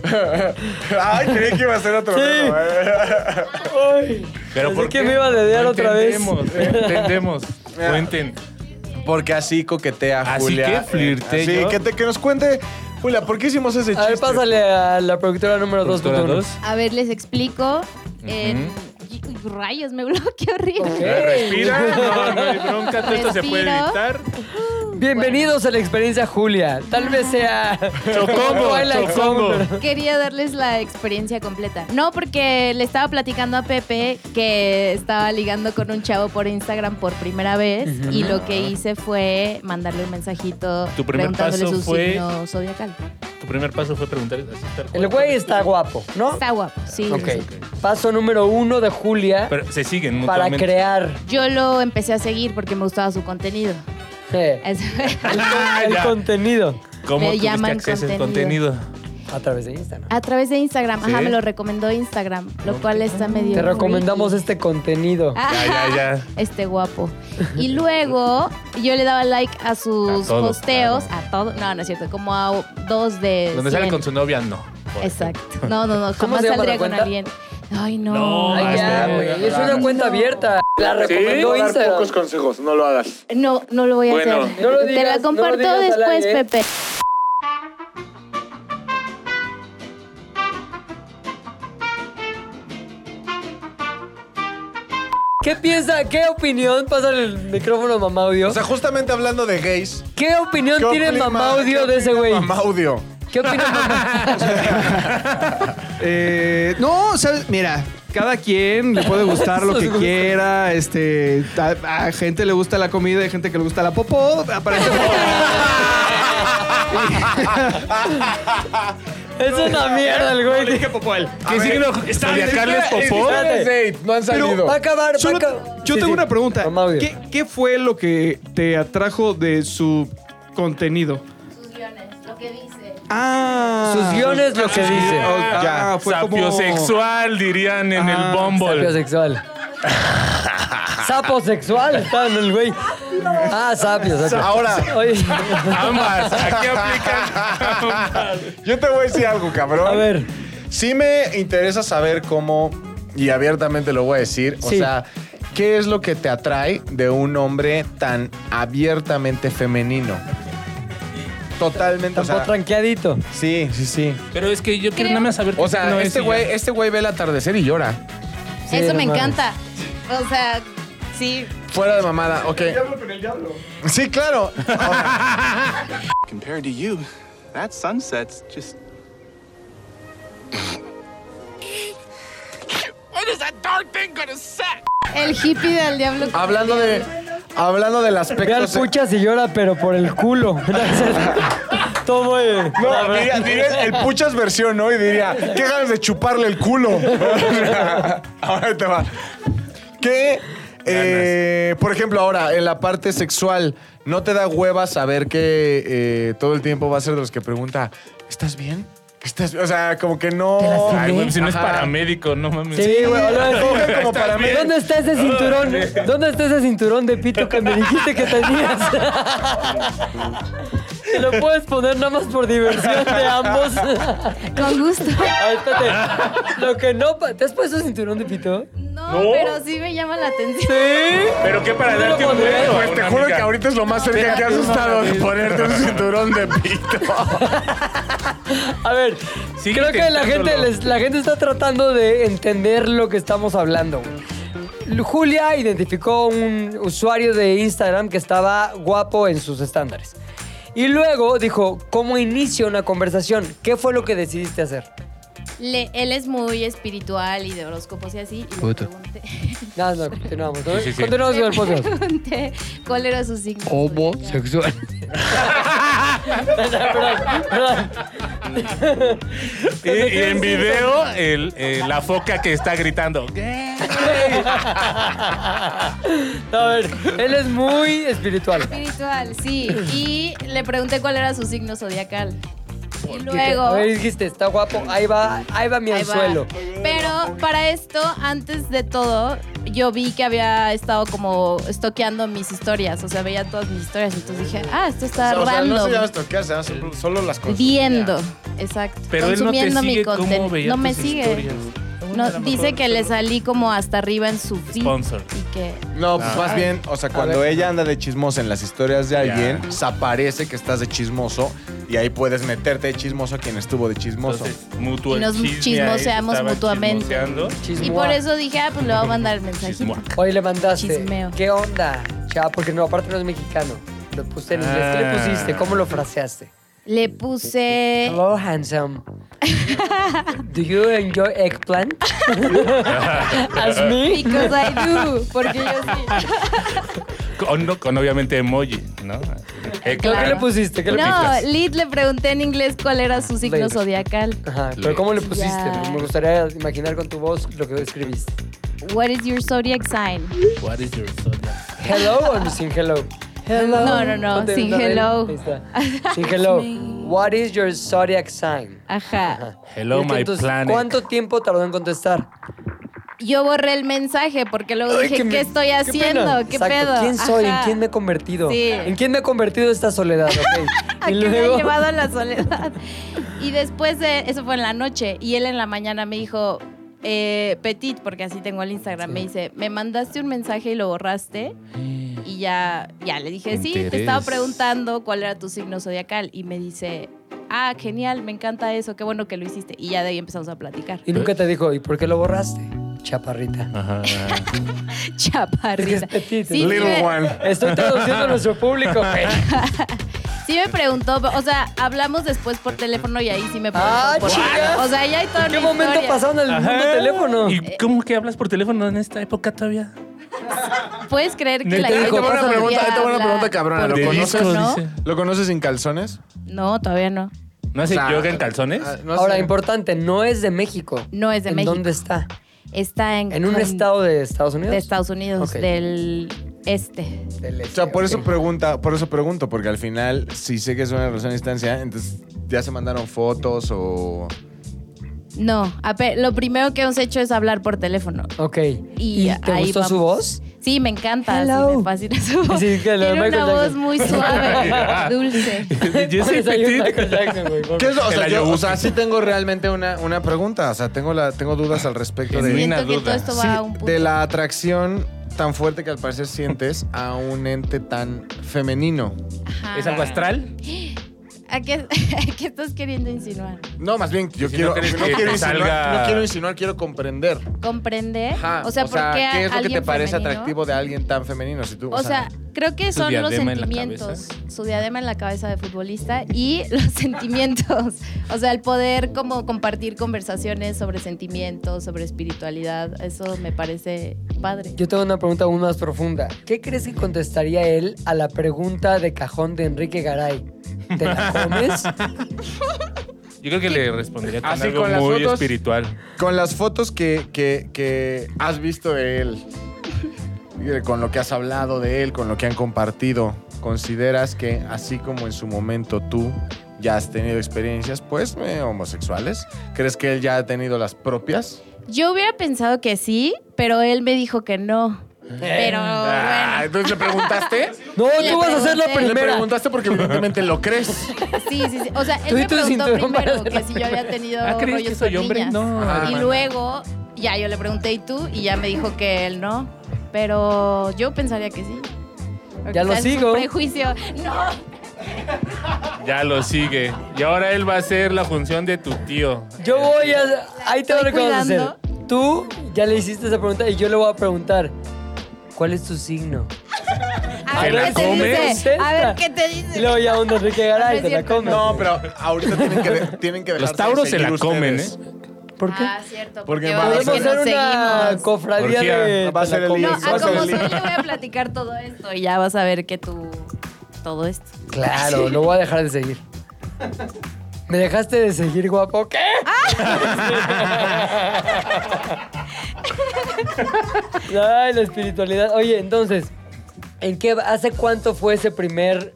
Speaker 4: Ay, creí que iba a ser otro.
Speaker 3: Sí.
Speaker 4: pedo, eh.
Speaker 3: Ay,
Speaker 2: Pero
Speaker 3: pensé
Speaker 2: ¿por
Speaker 3: que
Speaker 2: qué?
Speaker 3: me iba a dedear
Speaker 2: No
Speaker 3: otra vez.
Speaker 2: Entendemos, no entendemos. Cuenten.
Speaker 4: Porque así coquetea
Speaker 2: Así
Speaker 4: Julia.
Speaker 2: que flirté
Speaker 4: Así
Speaker 2: yo.
Speaker 4: que, te- que nos cuente, Julia, ¿por qué hicimos ese chiste?
Speaker 3: A ver, pásale a la productora número
Speaker 2: Productora
Speaker 3: 2.1.
Speaker 2: dos.
Speaker 5: A ver, les explico. En- y- Rayos, me bloqueé horrible.
Speaker 3: Ok.
Speaker 2: Respira, no, no hay bronca, todo esto se puede
Speaker 5: Respiro.
Speaker 2: editar.
Speaker 3: Bienvenidos a la experiencia Julia. Tal vez sea
Speaker 2: Chocongo,
Speaker 3: Twilight Zone,
Speaker 2: chocongo.
Speaker 3: pero-
Speaker 5: Quería darles la experiencia completa. No, porque le estaba platicando a Pepe que estaba ligando con un chavo por Instagram por primera vez y lo que hice fue mandarle un mensajito
Speaker 2: Ah. Tu primer
Speaker 5: preguntándole
Speaker 2: paso
Speaker 5: su
Speaker 2: fue-
Speaker 5: signo zodiacal.
Speaker 2: Tu primer paso fue preguntar así tal cual.
Speaker 3: El güey está guapo, ¿no?
Speaker 5: Está guapo, sí.
Speaker 3: Ok. Paso número uno de Julia
Speaker 2: Pero se siguen
Speaker 3: para
Speaker 2: mutuamente.
Speaker 3: crear
Speaker 5: Yo lo empecé a seguir porque me gustaba su contenido.
Speaker 3: eh,
Speaker 5: Es-
Speaker 3: el
Speaker 2: ya.
Speaker 3: contenido.
Speaker 2: ¿Cómo
Speaker 5: Le
Speaker 2: tuviste
Speaker 5: llaman
Speaker 2: acceso al contenido?
Speaker 3: A través de Instagram.
Speaker 5: A través de Instagram. Ajá,
Speaker 2: ¿Sí?
Speaker 5: me lo recomendó Instagram, lo cual está medio.
Speaker 3: Te recomendamos
Speaker 5: creepy. Ah,
Speaker 3: este contenido.
Speaker 2: Ya, ya, ya.
Speaker 5: Este guapo. Y luego yo le daba like a sus
Speaker 2: A todo,
Speaker 5: posteos,
Speaker 2: claro.
Speaker 5: a todo. No, no es cierto, como a dos de.
Speaker 2: Donde sale
Speaker 5: 100.
Speaker 2: con su novia, no. por ejemplo.
Speaker 5: Exacto. No, no, no.
Speaker 3: ¿Cómo
Speaker 5: Jamás
Speaker 3: se llama
Speaker 5: saldría
Speaker 3: la
Speaker 5: con
Speaker 3: cuenta?
Speaker 5: alguien. Ay, no.
Speaker 2: No,
Speaker 5: Ay,
Speaker 3: Ay,
Speaker 2: espera,
Speaker 3: ya,
Speaker 2: espera,
Speaker 3: güey. Es
Speaker 2: espera.
Speaker 3: una cuenta
Speaker 5: No.
Speaker 3: abierta. La
Speaker 2: Sí,
Speaker 3: recomendó
Speaker 6: Voy a dar
Speaker 3: Instagram.
Speaker 6: pocos consejos, no lo hagas.
Speaker 5: No, no lo voy a
Speaker 6: Bueno.
Speaker 5: hacer.
Speaker 3: No lo
Speaker 5: Te
Speaker 3: digas,
Speaker 5: la
Speaker 3: no lo
Speaker 5: comparto
Speaker 3: digas al
Speaker 5: después,
Speaker 3: aire.
Speaker 5: Pepe.
Speaker 3: ¿Qué piensa? ¿Qué opinión? Pasa el micrófono, mamá audio.
Speaker 4: O sea, justamente hablando de gays.
Speaker 3: ¿Qué opinión
Speaker 4: ¿qué
Speaker 3: tiene
Speaker 4: opina-
Speaker 3: mamá audio
Speaker 4: qué
Speaker 3: de ese
Speaker 4: opina
Speaker 3: güey?
Speaker 4: Mamá audio.
Speaker 3: ¿Qué opina mamá?
Speaker 7: Eh, no, o sea, mira, cada quien le puede gustar lo que
Speaker 3: Sus gustos.
Speaker 7: quiera. Este, a, a gente le gusta la comida, hay gente que le gusta la popó. aparentemente.
Speaker 3: es una mierda el
Speaker 7: No le
Speaker 3: güey.
Speaker 7: dije popó a él.
Speaker 2: ¿Qué signo zodiacal es popó?
Speaker 3: espera.
Speaker 4: Espérate. No han
Speaker 7: Pero-
Speaker 4: salido.
Speaker 3: Va a acabar, va a
Speaker 7: Solo-
Speaker 3: acabar.
Speaker 7: yo
Speaker 3: Sí,
Speaker 7: tengo
Speaker 3: sí.
Speaker 7: una pregunta.
Speaker 3: Mamá audio.
Speaker 7: ¿Qué, qué fue lo que te atrajo de su contenido?
Speaker 5: Sus guiones, lo que dice.
Speaker 7: Ah.
Speaker 3: Sus guiones lo que dice.
Speaker 7: Ah, ya, fue como-
Speaker 2: sapiosexual, dirían en
Speaker 7: Ah,
Speaker 2: el
Speaker 3: Sapio
Speaker 2: Bumble.
Speaker 3: sexual. Sapo sexual está en el güey. Ah, sapio, sapio.
Speaker 4: Ahora.
Speaker 3: Oye,
Speaker 2: Ambas, aquí aplican. ambas.
Speaker 4: Yo te voy a decir algo, cabrón.
Speaker 3: a ver.
Speaker 4: Sí me interesa saber cómo, y abiertamente lo voy a decir, o
Speaker 3: Sí.
Speaker 4: sea, ¿qué es lo que te atrae de un hombre tan abiertamente femenino? Totalmente, o
Speaker 3: Tampoco
Speaker 4: sea,
Speaker 3: tranqueadito.
Speaker 4: sí, sí, sí.
Speaker 2: Pero es que yo quiero
Speaker 5: Creo-
Speaker 2: nada más saber
Speaker 4: O
Speaker 2: qué
Speaker 4: sea,
Speaker 2: signo es
Speaker 4: este
Speaker 2: y ya.
Speaker 4: güey, este güey ve el atardecer y llora.
Speaker 3: Sí,
Speaker 5: Eso
Speaker 3: no
Speaker 5: me
Speaker 3: mames.
Speaker 5: encanta. O sea, sí.
Speaker 4: Fuera de mamada, ok.
Speaker 7: con el diablo.
Speaker 4: Sí, claro.
Speaker 6: Compared to you, that sunset's just.
Speaker 5: El hippie del diablo.
Speaker 2: Ah.
Speaker 5: con
Speaker 4: hablando
Speaker 5: el
Speaker 4: de
Speaker 5: diablo.
Speaker 4: hablando del
Speaker 3: Ve
Speaker 4: aspecto
Speaker 3: al
Speaker 4: se-
Speaker 3: puchas y llora, pero por el culo. Todo eh.
Speaker 4: No, diría, diría el puchas versión, ¿no? Y diría, qué ganas de chuparle el culo. ahora te va. Que, eh, por ejemplo, ahora, en la parte sexual, ¿no te da hueva saber que eh, todo el tiempo va a ser de los que pregunta, ¿estás bien? ¿Estás bien?" O sea, como que no...
Speaker 2: Ay, güey, si no es
Speaker 4: Ajá.
Speaker 2: paramédico, no mames.
Speaker 3: Sí, güey. hola,
Speaker 4: Cogen como
Speaker 2: Estás
Speaker 4: para mí.
Speaker 2: bien.
Speaker 3: ¿Dónde está ese cinturón? ¿Dónde está ese cinturón de pito que me dijiste que tenías? Te lo puedes poner nada más por diversión de ambos.
Speaker 5: Con gusto.
Speaker 3: A ver, espérate. Lo que no. pa- ¿Te has puesto cinturón de pito?
Speaker 5: No,
Speaker 2: ¿No?
Speaker 5: pero sí me llama la atención.
Speaker 3: Sí.
Speaker 2: Pero qué para
Speaker 3: No lo
Speaker 2: darte un
Speaker 3: pondré.
Speaker 2: beso.
Speaker 4: Pues te
Speaker 2: una
Speaker 4: juro
Speaker 2: amiga.
Speaker 4: que ahorita es lo más cerca que has estado de ponerte un cinturón de pito.
Speaker 3: A ver,
Speaker 2: Sigue
Speaker 3: creo que la gente,
Speaker 2: intentándolo.
Speaker 3: les- la gente está tratando de entender lo que estamos hablando. güey. Julia identificó un usuario de Instagram que estaba guapo en sus estándares. Y luego dijo, ¿cómo inicio una conversación? ¿Qué fue lo que decidiste hacer?
Speaker 5: Le- él es muy espiritual y de horóscopos y así. Y le pregunté,
Speaker 3: Nada, no, continuamos. ¿no?
Speaker 2: sí, sí.
Speaker 3: Continuamos con el
Speaker 5: le
Speaker 3: podcast.
Speaker 5: pregunté cuál era su signo. zodiacal.
Speaker 3: Homosexual. Perdón, perdón.
Speaker 2: Y, y en video, el, eh, la foca que está gritando.
Speaker 3: No, a ver, él es muy espiritual.
Speaker 5: Espiritual, sí. Y le pregunté cuál era su signo zodiacal. Y
Speaker 3: A ver,
Speaker 5: luego.
Speaker 3: dijiste, está guapo, ahí va, ahí va mi
Speaker 5: ahí va.
Speaker 3: anzuelo.
Speaker 5: Pero para esto, antes de todo, yo vi que había estado como estoqueando mis historias. O sea, veía todas mis historias. Entonces dije, ah, esto está
Speaker 4: O sea, no se
Speaker 5: random.
Speaker 4: llama toquear, se llama solo las cosas.
Speaker 5: viendo. Exacto.
Speaker 2: Pero él no te
Speaker 5: consumiendo mi
Speaker 2: sigue cómo
Speaker 5: contenido.
Speaker 2: veía
Speaker 5: No me
Speaker 2: tus
Speaker 5: sigue.
Speaker 2: historias.
Speaker 5: No,
Speaker 2: A lo
Speaker 5: dice
Speaker 2: mejor
Speaker 5: que le
Speaker 2: solo-
Speaker 5: salí como hasta arriba en su feed.
Speaker 2: Sponsor.
Speaker 5: Y que.
Speaker 4: No, pues más bien, o sea, cuando ella anda de chismosa en las historias de alguien, se aparece que estás de chismoso y ahí puedes meterte de chismoso a quien estuvo de chismoso.
Speaker 2: Entonces, mutuo
Speaker 5: Y nos
Speaker 2: chisme ahí,
Speaker 5: chismoseamos
Speaker 2: estaba
Speaker 5: mutuamente.
Speaker 2: chismoseando.
Speaker 5: Y
Speaker 3: Chismoa.
Speaker 5: por eso dije, ah, pues le voy a mandar el mensajito.
Speaker 2: Chismoa.
Speaker 3: Hoy le mandaste.
Speaker 5: Chismeo.
Speaker 3: ¿Qué onda? Chava, porque no, aparte no es mexicano. Lo puse en inglés. ¿Qué le
Speaker 2: Ah.
Speaker 3: pusiste? ¿Cómo lo fraseaste?
Speaker 5: Le puse.
Speaker 3: Hello, handsome. Do you enjoy eggplant? As me.
Speaker 5: Because I do. Porque yo sí.
Speaker 2: Con, con obviamente emoji, ¿no? Eh,
Speaker 5: Claro.
Speaker 3: ¿Qué le pusiste? ¿Qué le
Speaker 5: No,
Speaker 3: pusiste?
Speaker 5: Lid le pregunté en inglés cuál era su signo
Speaker 3: Lid.
Speaker 5: zodiacal.
Speaker 3: Ajá, pero ¿cómo le pusiste?
Speaker 5: Ya.
Speaker 3: Me gustaría imaginar con tu voz lo que escribiste.
Speaker 5: What is your zodiac sign?
Speaker 2: What is your zodiac?
Speaker 3: ¿Hello o sin hello?
Speaker 5: No, no, no,
Speaker 3: Ponte
Speaker 5: sin
Speaker 3: una vela.
Speaker 5: hello.
Speaker 3: Ahí está. Sin hello. What is your zodiac sign?
Speaker 5: Ajá.
Speaker 2: Hello,
Speaker 3: Y que
Speaker 2: my
Speaker 3: entonces,
Speaker 2: planet.
Speaker 3: ¿Cuánto tiempo tardó en contestar?
Speaker 5: Yo borré el mensaje porque luego
Speaker 3: Ay,
Speaker 5: dije,
Speaker 3: que
Speaker 5: ¿qué,
Speaker 3: me-
Speaker 5: estoy
Speaker 3: qué
Speaker 5: haciendo?
Speaker 3: pena.
Speaker 5: ¿Qué,
Speaker 3: Exacto,
Speaker 5: pedo?
Speaker 3: ¿Quién soy? ¿En
Speaker 5: Ajá.
Speaker 3: quién me he convertido?
Speaker 5: Sí.
Speaker 3: ¿En quién me he convertido esta soledad? Ok.
Speaker 5: ¿A
Speaker 3: Y
Speaker 5: qué me
Speaker 3: luego-
Speaker 5: ha llevado la soledad? Y después de eso fue en la noche y él en la mañana me dijo, eh, Petit, porque así tengo el Instagram, me dice, me mandaste un mensaje y lo borraste. Y ya, ya le dije, sí, te
Speaker 2: Interés.
Speaker 5: estaba preguntando cuál era tu signo zodiacal. Y me dice, ah, genial, me encanta eso, qué bueno que lo hiciste. Y ya de ahí empezamos a platicar.
Speaker 3: Y nunca te dijo, ¿y por qué lo borraste? Chaparrita.
Speaker 2: Ajá.
Speaker 5: Chaparrita.
Speaker 3: Es Petit,
Speaker 5: Sí, sí
Speaker 4: Little
Speaker 5: me-
Speaker 4: one.
Speaker 3: Estoy traduciendo a nuestro público. güey.
Speaker 5: Sí me preguntó, o sea, hablamos después por teléfono y ahí sí me preguntó.
Speaker 3: ¡Ah,
Speaker 5: por-
Speaker 3: chingas!
Speaker 5: O sea, ya hay toda
Speaker 3: ¿En qué
Speaker 5: una
Speaker 3: momento
Speaker 5: historia.
Speaker 3: pasaron el mundo
Speaker 2: Ajá.
Speaker 3: teléfono?
Speaker 2: ¿Y cómo que hablas por teléfono en esta época todavía?
Speaker 5: ¿Puedes creer que
Speaker 2: Neta,
Speaker 5: la
Speaker 2: ahí te
Speaker 5: gente
Speaker 2: va una
Speaker 5: todavía
Speaker 4: pregunta, ahí te va una
Speaker 5: habla
Speaker 4: pregunta cabrona,
Speaker 5: por
Speaker 4: ¿lo
Speaker 5: teléfono?
Speaker 4: conoces?
Speaker 5: ¿No?
Speaker 2: Dice.
Speaker 4: ¿Lo conoces sin calzones?
Speaker 5: No, todavía no.
Speaker 2: ¿No hace
Speaker 4: O sea,
Speaker 2: yoga en calzones?
Speaker 4: Ah, no
Speaker 3: Ahora,
Speaker 4: sé.
Speaker 3: importante, no es de México.
Speaker 5: No es de
Speaker 3: ¿En
Speaker 5: México.
Speaker 3: ¿Dónde está?
Speaker 5: Está en...
Speaker 3: ¿En un
Speaker 5: con-
Speaker 3: estado de Estados Unidos?
Speaker 5: De Estados Unidos,
Speaker 3: Ok.
Speaker 5: del este.
Speaker 3: Del
Speaker 4: O
Speaker 3: este,
Speaker 4: sea, por eso
Speaker 3: ok.
Speaker 4: pregunta, por eso pregunto, porque al final, si sé que es una relación a distancia, entonces ya se mandaron fotos o.
Speaker 5: No, ape- lo primero que hemos hecho es hablar por teléfono.
Speaker 3: Ok.
Speaker 5: Y,
Speaker 3: ¿Y, te
Speaker 5: ahí
Speaker 3: gustó su
Speaker 5: vamos.
Speaker 3: voz?
Speaker 5: Sí, me encanta, sí,
Speaker 3: Hello.
Speaker 5: me fascina su voz.
Speaker 3: Sí, que lo de
Speaker 5: Tiene
Speaker 3: Michael
Speaker 5: una
Speaker 3: Jackson.
Speaker 5: voz muy suave, dulce.
Speaker 2: Yo soy
Speaker 3: Pones ahí un
Speaker 2: petit.
Speaker 3: Michael Jackson, güey, por
Speaker 4: ¿Qué es lo- o,
Speaker 2: El
Speaker 4: sea, yo, o
Speaker 2: ayahuasca.
Speaker 4: sea, sí tengo realmente una, una pregunta. O sea, tengo, la, tengo dudas al respecto de.
Speaker 2: Genuina
Speaker 5: Siento que todo
Speaker 2: duda.
Speaker 5: esto va
Speaker 4: Sí,
Speaker 5: a un punto.
Speaker 4: de la atracción tan fuerte que al parecer sientes a un ente tan femenino.
Speaker 5: Ajá.
Speaker 2: ¿Es algo astral?
Speaker 5: ¿A qué, a qué estás queriendo insinuar?
Speaker 4: No, más bien, yo
Speaker 2: Si
Speaker 4: quiero,
Speaker 2: no crees
Speaker 4: no
Speaker 2: que
Speaker 4: quiero
Speaker 2: te
Speaker 4: insinuar,
Speaker 2: salga-
Speaker 4: no quiero insinuar, quiero comprender.
Speaker 5: ¿Comprender?
Speaker 4: Ajá,
Speaker 5: ¿Eh? o sea, ¿por qué,
Speaker 4: ¿qué es lo que te
Speaker 5: alguien
Speaker 4: parece
Speaker 5: femenino?
Speaker 4: atractivo de alguien tan femenino? Si tú,
Speaker 5: O sea, creo que
Speaker 2: su
Speaker 5: son los
Speaker 2: diadema en la
Speaker 5: sentimientos. Su diadema en la cabeza de futbolista y los sentimientos. O sea, el poder como compartir conversaciones sobre sentimientos, sobre espiritualidad. Eso me parece padre.
Speaker 3: Yo tengo una pregunta aún más profunda. ¿Qué crees que contestaría él a la pregunta de cajón de Enrique Garay? ¿Te la comes?
Speaker 2: Yo creo que le respondería con
Speaker 4: Así
Speaker 2: algo
Speaker 4: con las
Speaker 2: muy
Speaker 4: fotos.
Speaker 2: espiritual.
Speaker 4: Con las fotos que, que- que has visto de él, y con lo que has hablado de él, con lo que han compartido, ¿consideras que así como en su momento tú ya has tenido experiencias, pues, eh, homosexuales? ¿Crees que él ya ha tenido las propias?
Speaker 5: Yo hubiera pensado que sí, pero él me dijo que no. Pero
Speaker 4: Ah,
Speaker 5: bueno,
Speaker 4: entonces le preguntaste.
Speaker 3: No,
Speaker 5: Le
Speaker 3: tú vas a ser la
Speaker 5: pregunté.
Speaker 4: Le
Speaker 3: primera.
Speaker 4: preguntaste porque evidentemente lo crees.
Speaker 5: sí, sí, sí. O sea, él
Speaker 3: Tú y
Speaker 5: me
Speaker 3: tu
Speaker 5: preguntó
Speaker 3: cinturón
Speaker 5: primero
Speaker 3: para
Speaker 5: que
Speaker 3: hacer
Speaker 5: si
Speaker 3: la
Speaker 5: yo había tenido
Speaker 2: Ah, ¿crees que
Speaker 5: rollos
Speaker 2: soy
Speaker 5: con
Speaker 2: hombre?
Speaker 5: niñas.
Speaker 2: No.
Speaker 4: Ah,
Speaker 5: Y
Speaker 4: bueno.
Speaker 5: luego, ya yo le pregunté, ¿y tú? Y ya me dijo que él no. Pero yo pensaría que sí. Porque
Speaker 3: Ya lo
Speaker 5: quizás es un
Speaker 3: sigo.
Speaker 5: prejuicio. No.
Speaker 2: Ya lo sigue. Y ahora él va a ser la función de tu tío.
Speaker 3: Yo voy a. Ahí te voy a
Speaker 5: Estoy
Speaker 3: reconocer.
Speaker 5: cuidando.
Speaker 3: Tú ya le hiciste esa pregunta y yo le voy a preguntar: ¿Cuál es tu signo?
Speaker 5: A
Speaker 2: ¿Te
Speaker 5: ver
Speaker 2: la
Speaker 5: qué te
Speaker 2: comes?
Speaker 5: dice. A ver qué te dice.
Speaker 3: Y luego ya onda Enrique Garay, te la comes.
Speaker 4: No, pero ahorita tienen que, de- tienen que
Speaker 2: Los
Speaker 4: dejarse
Speaker 2: tauros se
Speaker 4: seguir
Speaker 2: la comen,
Speaker 4: ustedes.
Speaker 2: ¿eh?
Speaker 3: ¿Por qué?
Speaker 5: Ah, cierto.
Speaker 4: Porque va
Speaker 5: Porque,
Speaker 4: a
Speaker 5: vamos a
Speaker 3: Podemos
Speaker 5: que
Speaker 3: hacer
Speaker 5: nos
Speaker 3: una
Speaker 5: seguimos.
Speaker 3: cofradía
Speaker 2: Orgía.
Speaker 3: de.
Speaker 4: Va a
Speaker 3: te la
Speaker 4: ser el
Speaker 3: comes.
Speaker 5: No, ah,
Speaker 4: Vas a
Speaker 5: a como soy,
Speaker 4: salir.
Speaker 5: le voy a platicar todo esto y ya vas a ver que tú. Todo esto.
Speaker 2: ¿eh?
Speaker 3: Claro, lo voy a dejar de seguir. ¿Me dejaste de seguir, guapo? ¿Qué? Ay, la espiritualidad. Oye, entonces, ¿en qué hace cuánto fue ese primer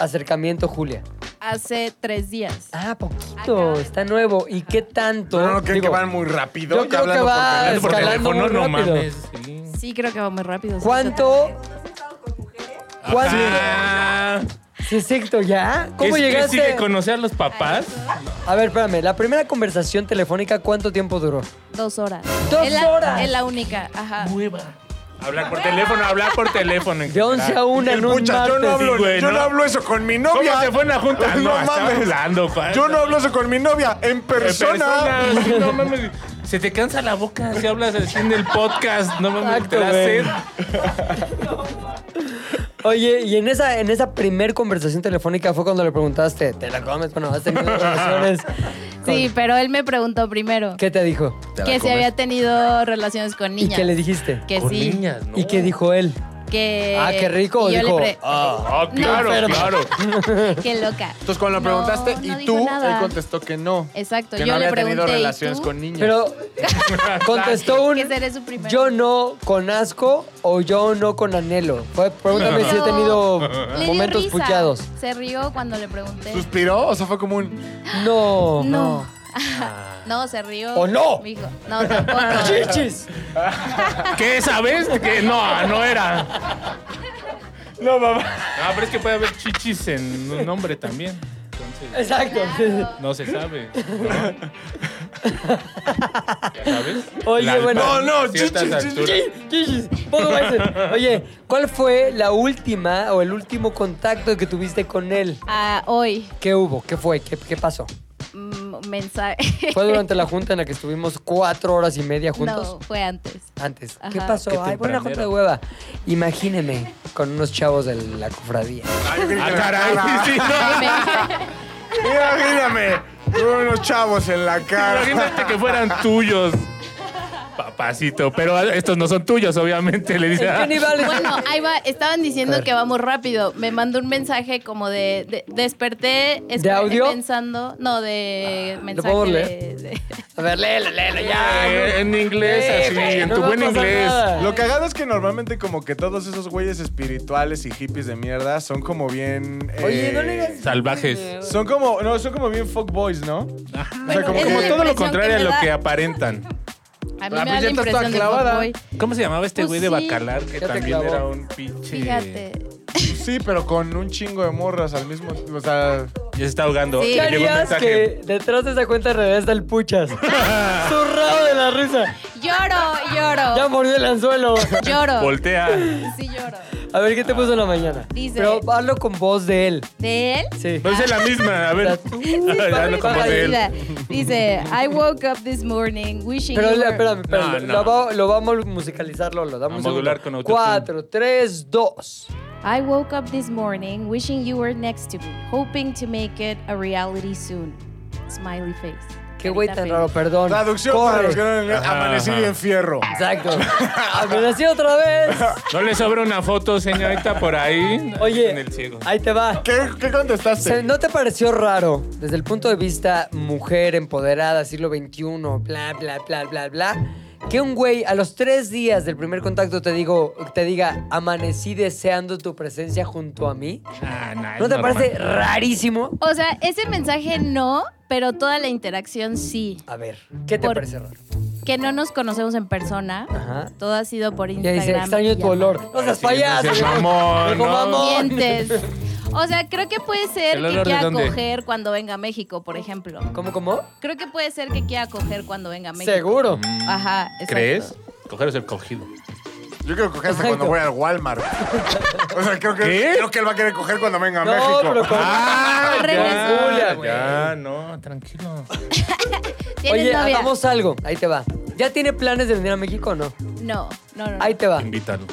Speaker 3: acercamiento, Julia?
Speaker 5: Hace tres días.
Speaker 3: Ah, poquito, está nuevo. ¿Y qué tanto?
Speaker 4: No, no, creen
Speaker 3: Digo,
Speaker 4: que van muy rápido.
Speaker 3: yo
Speaker 4: Ya
Speaker 3: creo que
Speaker 4: hablando por
Speaker 3: va
Speaker 4: teléfono.
Speaker 2: Hablando por
Speaker 3: escalando
Speaker 2: teléfono, no
Speaker 3: muy rápido.
Speaker 2: mames. sí.
Speaker 5: Sí, creo que va muy rápido.
Speaker 3: ¿Cuánto? ¿Cuánto?
Speaker 2: Ah,
Speaker 3: Sí, exacto, ¿ya? ¿Cómo
Speaker 2: ¿es que
Speaker 3: llegaste?
Speaker 2: sigue conocer a los papás?
Speaker 3: A ver, espérame, la primera conversación telefónica, ¿cuánto tiempo duró?
Speaker 5: Dos horas.
Speaker 3: ¡Dos
Speaker 5: Es la-
Speaker 3: horas!
Speaker 5: Es la única. Ajá.
Speaker 2: Hablar por teléfono, hablar por teléfono. en
Speaker 3: De 11 a
Speaker 2: general.
Speaker 3: 1 en un
Speaker 4: Pucha, yo no
Speaker 3: martes.
Speaker 4: hablo,
Speaker 2: Sí, güey,
Speaker 4: yo
Speaker 2: ¿no?
Speaker 4: no hablo eso con mi novia.
Speaker 2: ¿Cómo se fue en la junta?
Speaker 4: No
Speaker 2: No, estaba
Speaker 4: mames.
Speaker 2: hablando, pa.
Speaker 4: Yo no hablo eso con mi novia, en
Speaker 2: En
Speaker 4: persona.
Speaker 2: persona, sí, no mames. Se te cansa la boca si hablas así en el podcast. No mames,
Speaker 3: Exacto,
Speaker 2: te da
Speaker 3: güey.
Speaker 2: sed.
Speaker 3: Oye, y en esa, en esa primer conversación telefónica fue cuando le preguntaste, ¿te la comes? Bueno, has tenido relaciones. con-
Speaker 5: Sí, pero él me preguntó primero
Speaker 3: ¿Qué te dijo?
Speaker 5: que si había tenido relaciones con niñas.
Speaker 3: ¿Y qué le dijiste?
Speaker 5: Que
Speaker 2: Con
Speaker 5: sí.
Speaker 2: niñas, ¿no?
Speaker 3: ¿Y qué dijo él?
Speaker 5: que...
Speaker 3: ah, qué rico.
Speaker 5: y yo le
Speaker 3: dijo,
Speaker 5: pre-
Speaker 3: ah.
Speaker 2: Ah, claro,
Speaker 5: pero-
Speaker 2: claro.
Speaker 5: Qué loca.
Speaker 8: Entonces, cuando lo
Speaker 5: No,
Speaker 8: preguntaste
Speaker 5: no
Speaker 8: y
Speaker 5: dijo
Speaker 8: tú,
Speaker 5: nada.
Speaker 8: él contestó que no.
Speaker 5: Exacto,
Speaker 8: Que
Speaker 5: yo
Speaker 8: no
Speaker 5: le
Speaker 8: había
Speaker 5: pregunté.
Speaker 8: tenido
Speaker 5: ¿y
Speaker 8: relaciones
Speaker 5: tú?
Speaker 8: con niños.
Speaker 3: Pero contestó un
Speaker 5: Que seré su primer
Speaker 3: yo
Speaker 5: amor".
Speaker 3: no con asco o yo no con anhelo. Fue, pregúntame si he
Speaker 5: Pero
Speaker 3: tenido
Speaker 5: le dio
Speaker 3: momentos
Speaker 5: risa.
Speaker 3: puchados.
Speaker 5: Se rió cuando le pregunté.
Speaker 8: ¿Suspiró? O sea, fue como un.
Speaker 3: No,
Speaker 5: No.
Speaker 3: no.
Speaker 5: No, se rió.
Speaker 3: ¿O no?
Speaker 5: Me dijo, no, tampoco.
Speaker 3: Chichis.
Speaker 2: ¿Qué sabes? Que no, no era. No, mamá. Ah, pero es que puede haber chichis en un nombre también. Entonces,
Speaker 3: Exacto.
Speaker 2: no se sabe. ¿no? ¿Ya sabes?
Speaker 3: Oye,
Speaker 2: La-
Speaker 3: bueno.
Speaker 2: No, no,
Speaker 8: ciertas
Speaker 2: chichis,
Speaker 8: alturas.
Speaker 2: chichis.
Speaker 3: Chichis, poco más. Oye, ¿cuál fue la última o el último contacto que tuviste con él?
Speaker 5: Ah, hoy,
Speaker 3: ¿Qué hubo? ¿Qué fue? ¿Qué, qué pasó?
Speaker 5: mm, mensaje.
Speaker 3: ¿Fue durante la junta en la que estuvimos cuatro horas y media juntos?
Speaker 5: No, fue antes.
Speaker 3: Antes. ¿Qué
Speaker 5: Ajá.
Speaker 3: pasó?
Speaker 2: Qué
Speaker 3: Ay, fue una junta de
Speaker 2: tempranero.
Speaker 3: hueva. Imagíneme con unos chavos de la cofradía.
Speaker 2: Ah, caray, sí,
Speaker 3: Ah,
Speaker 2: no.
Speaker 4: Imagíname, con unos chavos en la cara.
Speaker 2: Imagínate que fueran tuyos. Papacito, pero estos no son tuyos, obviamente, le dice.
Speaker 3: ¿En qué nivel?
Speaker 5: Bueno, ahí va, estaban diciendo
Speaker 3: Joder.
Speaker 5: que vamos rápido. Me mandó un mensaje como de, de- desperté esper-
Speaker 3: ¿De audio?
Speaker 5: pensando, no, de mensaje
Speaker 3: podemos leer?
Speaker 5: de- de-
Speaker 3: A ver, léelo, léelo ya.
Speaker 2: Eh, en inglés,
Speaker 3: Eh,
Speaker 2: así,
Speaker 3: güey,
Speaker 2: en
Speaker 3: no
Speaker 2: tu
Speaker 3: va a
Speaker 2: buen
Speaker 3: pasar
Speaker 2: inglés.
Speaker 3: nada.
Speaker 4: Lo cagado es que normalmente como que todos esos güeyes espirituales y hippies de mierda son como bien...
Speaker 3: Oye,
Speaker 4: eh,
Speaker 3: no le digas.
Speaker 2: Salvajes.
Speaker 4: Son como, no, son como bien fuckboys, ¿no? o sea,
Speaker 5: Bueno,
Speaker 4: como,
Speaker 5: es
Speaker 4: como todo
Speaker 5: la
Speaker 2: todo
Speaker 4: lo...
Speaker 2: lo
Speaker 5: impresión
Speaker 2: contrario
Speaker 5: que
Speaker 2: a
Speaker 5: me
Speaker 2: lo
Speaker 5: da.
Speaker 2: que aparentan.
Speaker 5: A mí
Speaker 4: Ah, pues
Speaker 5: me da
Speaker 4: ya
Speaker 5: la
Speaker 4: estás toda
Speaker 5: impresión de
Speaker 4: clavada.
Speaker 5: fuckboy.
Speaker 2: ¿Cómo se llamaba este
Speaker 5: Pues
Speaker 2: güey
Speaker 5: sí.
Speaker 2: de Bacalar que
Speaker 3: Ya te
Speaker 2: también
Speaker 3: clavó.
Speaker 2: era un pinche?
Speaker 5: Fíjate.
Speaker 4: Sí, pero con un chingo de morras al mismo tiempo. O sea,
Speaker 2: Ya se está ahogando. Le
Speaker 5: Sí.
Speaker 3: ¿Qué
Speaker 2: llegó un
Speaker 3: harías
Speaker 2: mensaje.
Speaker 3: que detrás de esa cuenta real está el puchas? Zurrado de la risa.
Speaker 5: Lloro,
Speaker 3: Ya
Speaker 5: lloro.
Speaker 3: mordió el anzuelo.
Speaker 5: Lloro.
Speaker 2: Voltea.
Speaker 5: Sí, lloro.
Speaker 3: A ver, ¿qué te puso en la mañana?
Speaker 5: Dice-
Speaker 3: Pero hazlo con voz de él.
Speaker 5: ¿De él?
Speaker 3: Sí.
Speaker 2: No Pues es la misma. A ver.
Speaker 5: Sí,
Speaker 2: Ah, Ya
Speaker 5: pobre
Speaker 2: no como de él.
Speaker 5: Paulina. Dice, I woke up this morning wishing
Speaker 3: Pero
Speaker 5: you
Speaker 3: le-
Speaker 5: were-"
Speaker 3: espérame,
Speaker 2: No,
Speaker 3: espérame.
Speaker 2: no.
Speaker 3: Lo, va- lo vamos a musicalizar, Lolo. Dame
Speaker 2: A
Speaker 3: un segundo.
Speaker 2: modular con autotune.
Speaker 3: Cuatro, tres, dos.
Speaker 5: I woke up this morning wishing you were next to me, hoping to make it a reality soon. Smiley face.
Speaker 3: Qué güey
Speaker 5: Carita
Speaker 3: tan
Speaker 5: feliz.
Speaker 3: raro, perdón.
Speaker 4: traducción para
Speaker 3: Corre.
Speaker 4: los que no le-
Speaker 2: Ajá,
Speaker 4: Amanecí
Speaker 2: ajá.
Speaker 4: bien fierro.
Speaker 3: Exacto. Ah, Amanecí otra vez.
Speaker 2: ¿No le sobra una foto, señorita, por ahí?
Speaker 3: Oye,
Speaker 2: En el ciego.
Speaker 3: ahí te va.
Speaker 4: ¿Qué, qué contestaste?
Speaker 3: Se- ¿No te pareció raro desde el punto de vista mujer empoderada, siglo XXI, bla, bla, bla, bla, bla? Que un güey a los tres días del primer contacto te, digo, te diga, amanecí deseando tu presencia junto a mí.
Speaker 2: Ah, es
Speaker 3: ¿No te
Speaker 2: normal.
Speaker 3: parece rarísimo?
Speaker 5: O sea, ese mensaje no, pero toda la interacción sí.
Speaker 3: A ver, ¿qué te
Speaker 5: Por-
Speaker 3: parece raro?
Speaker 5: Que no nos conocemos en persona.
Speaker 3: Ajá.
Speaker 5: Todo ha sido por
Speaker 3: Ya
Speaker 5: Instagram.
Speaker 3: dice, extraño tu
Speaker 5: llamada.
Speaker 3: olor. No seas
Speaker 2: Sí, no
Speaker 3: payaso.
Speaker 2: seas
Speaker 3: viejo.
Speaker 2: mamón,
Speaker 3: Viejo
Speaker 2: ¿no?
Speaker 3: mamón.
Speaker 5: Dientes. O sea, creo que puede ser
Speaker 2: ¿El
Speaker 5: que
Speaker 2: olor de
Speaker 5: quiera
Speaker 2: dónde?
Speaker 5: coger cuando venga a México, por ejemplo.
Speaker 3: ¿Cómo, cómo?
Speaker 5: Creo que puede ser que quiera coger cuando venga a México.
Speaker 3: Seguro.
Speaker 5: Ajá, exacto.
Speaker 2: Mm, ¿Crees? Coger es el cogido.
Speaker 8: Yo quiero coger hasta
Speaker 3: Exacto.
Speaker 8: cuando voy al Walmart. O sea, creo que,
Speaker 2: ¿Qué?
Speaker 8: creo que él va a querer coger cuando venga a
Speaker 3: No,
Speaker 8: México.
Speaker 3: pero con-
Speaker 2: Ah,
Speaker 5: Regresa.
Speaker 3: Julia,
Speaker 2: ya,
Speaker 3: güey.
Speaker 2: ya, no, tranquilo.
Speaker 5: ¿Tienes
Speaker 3: Oye,
Speaker 5: novia?
Speaker 3: hagamos algo. Ahí te va. ¿Ya tiene planes de venir a México o no?
Speaker 5: No, no, no. no.
Speaker 3: Ahí te va.
Speaker 2: Invítalo.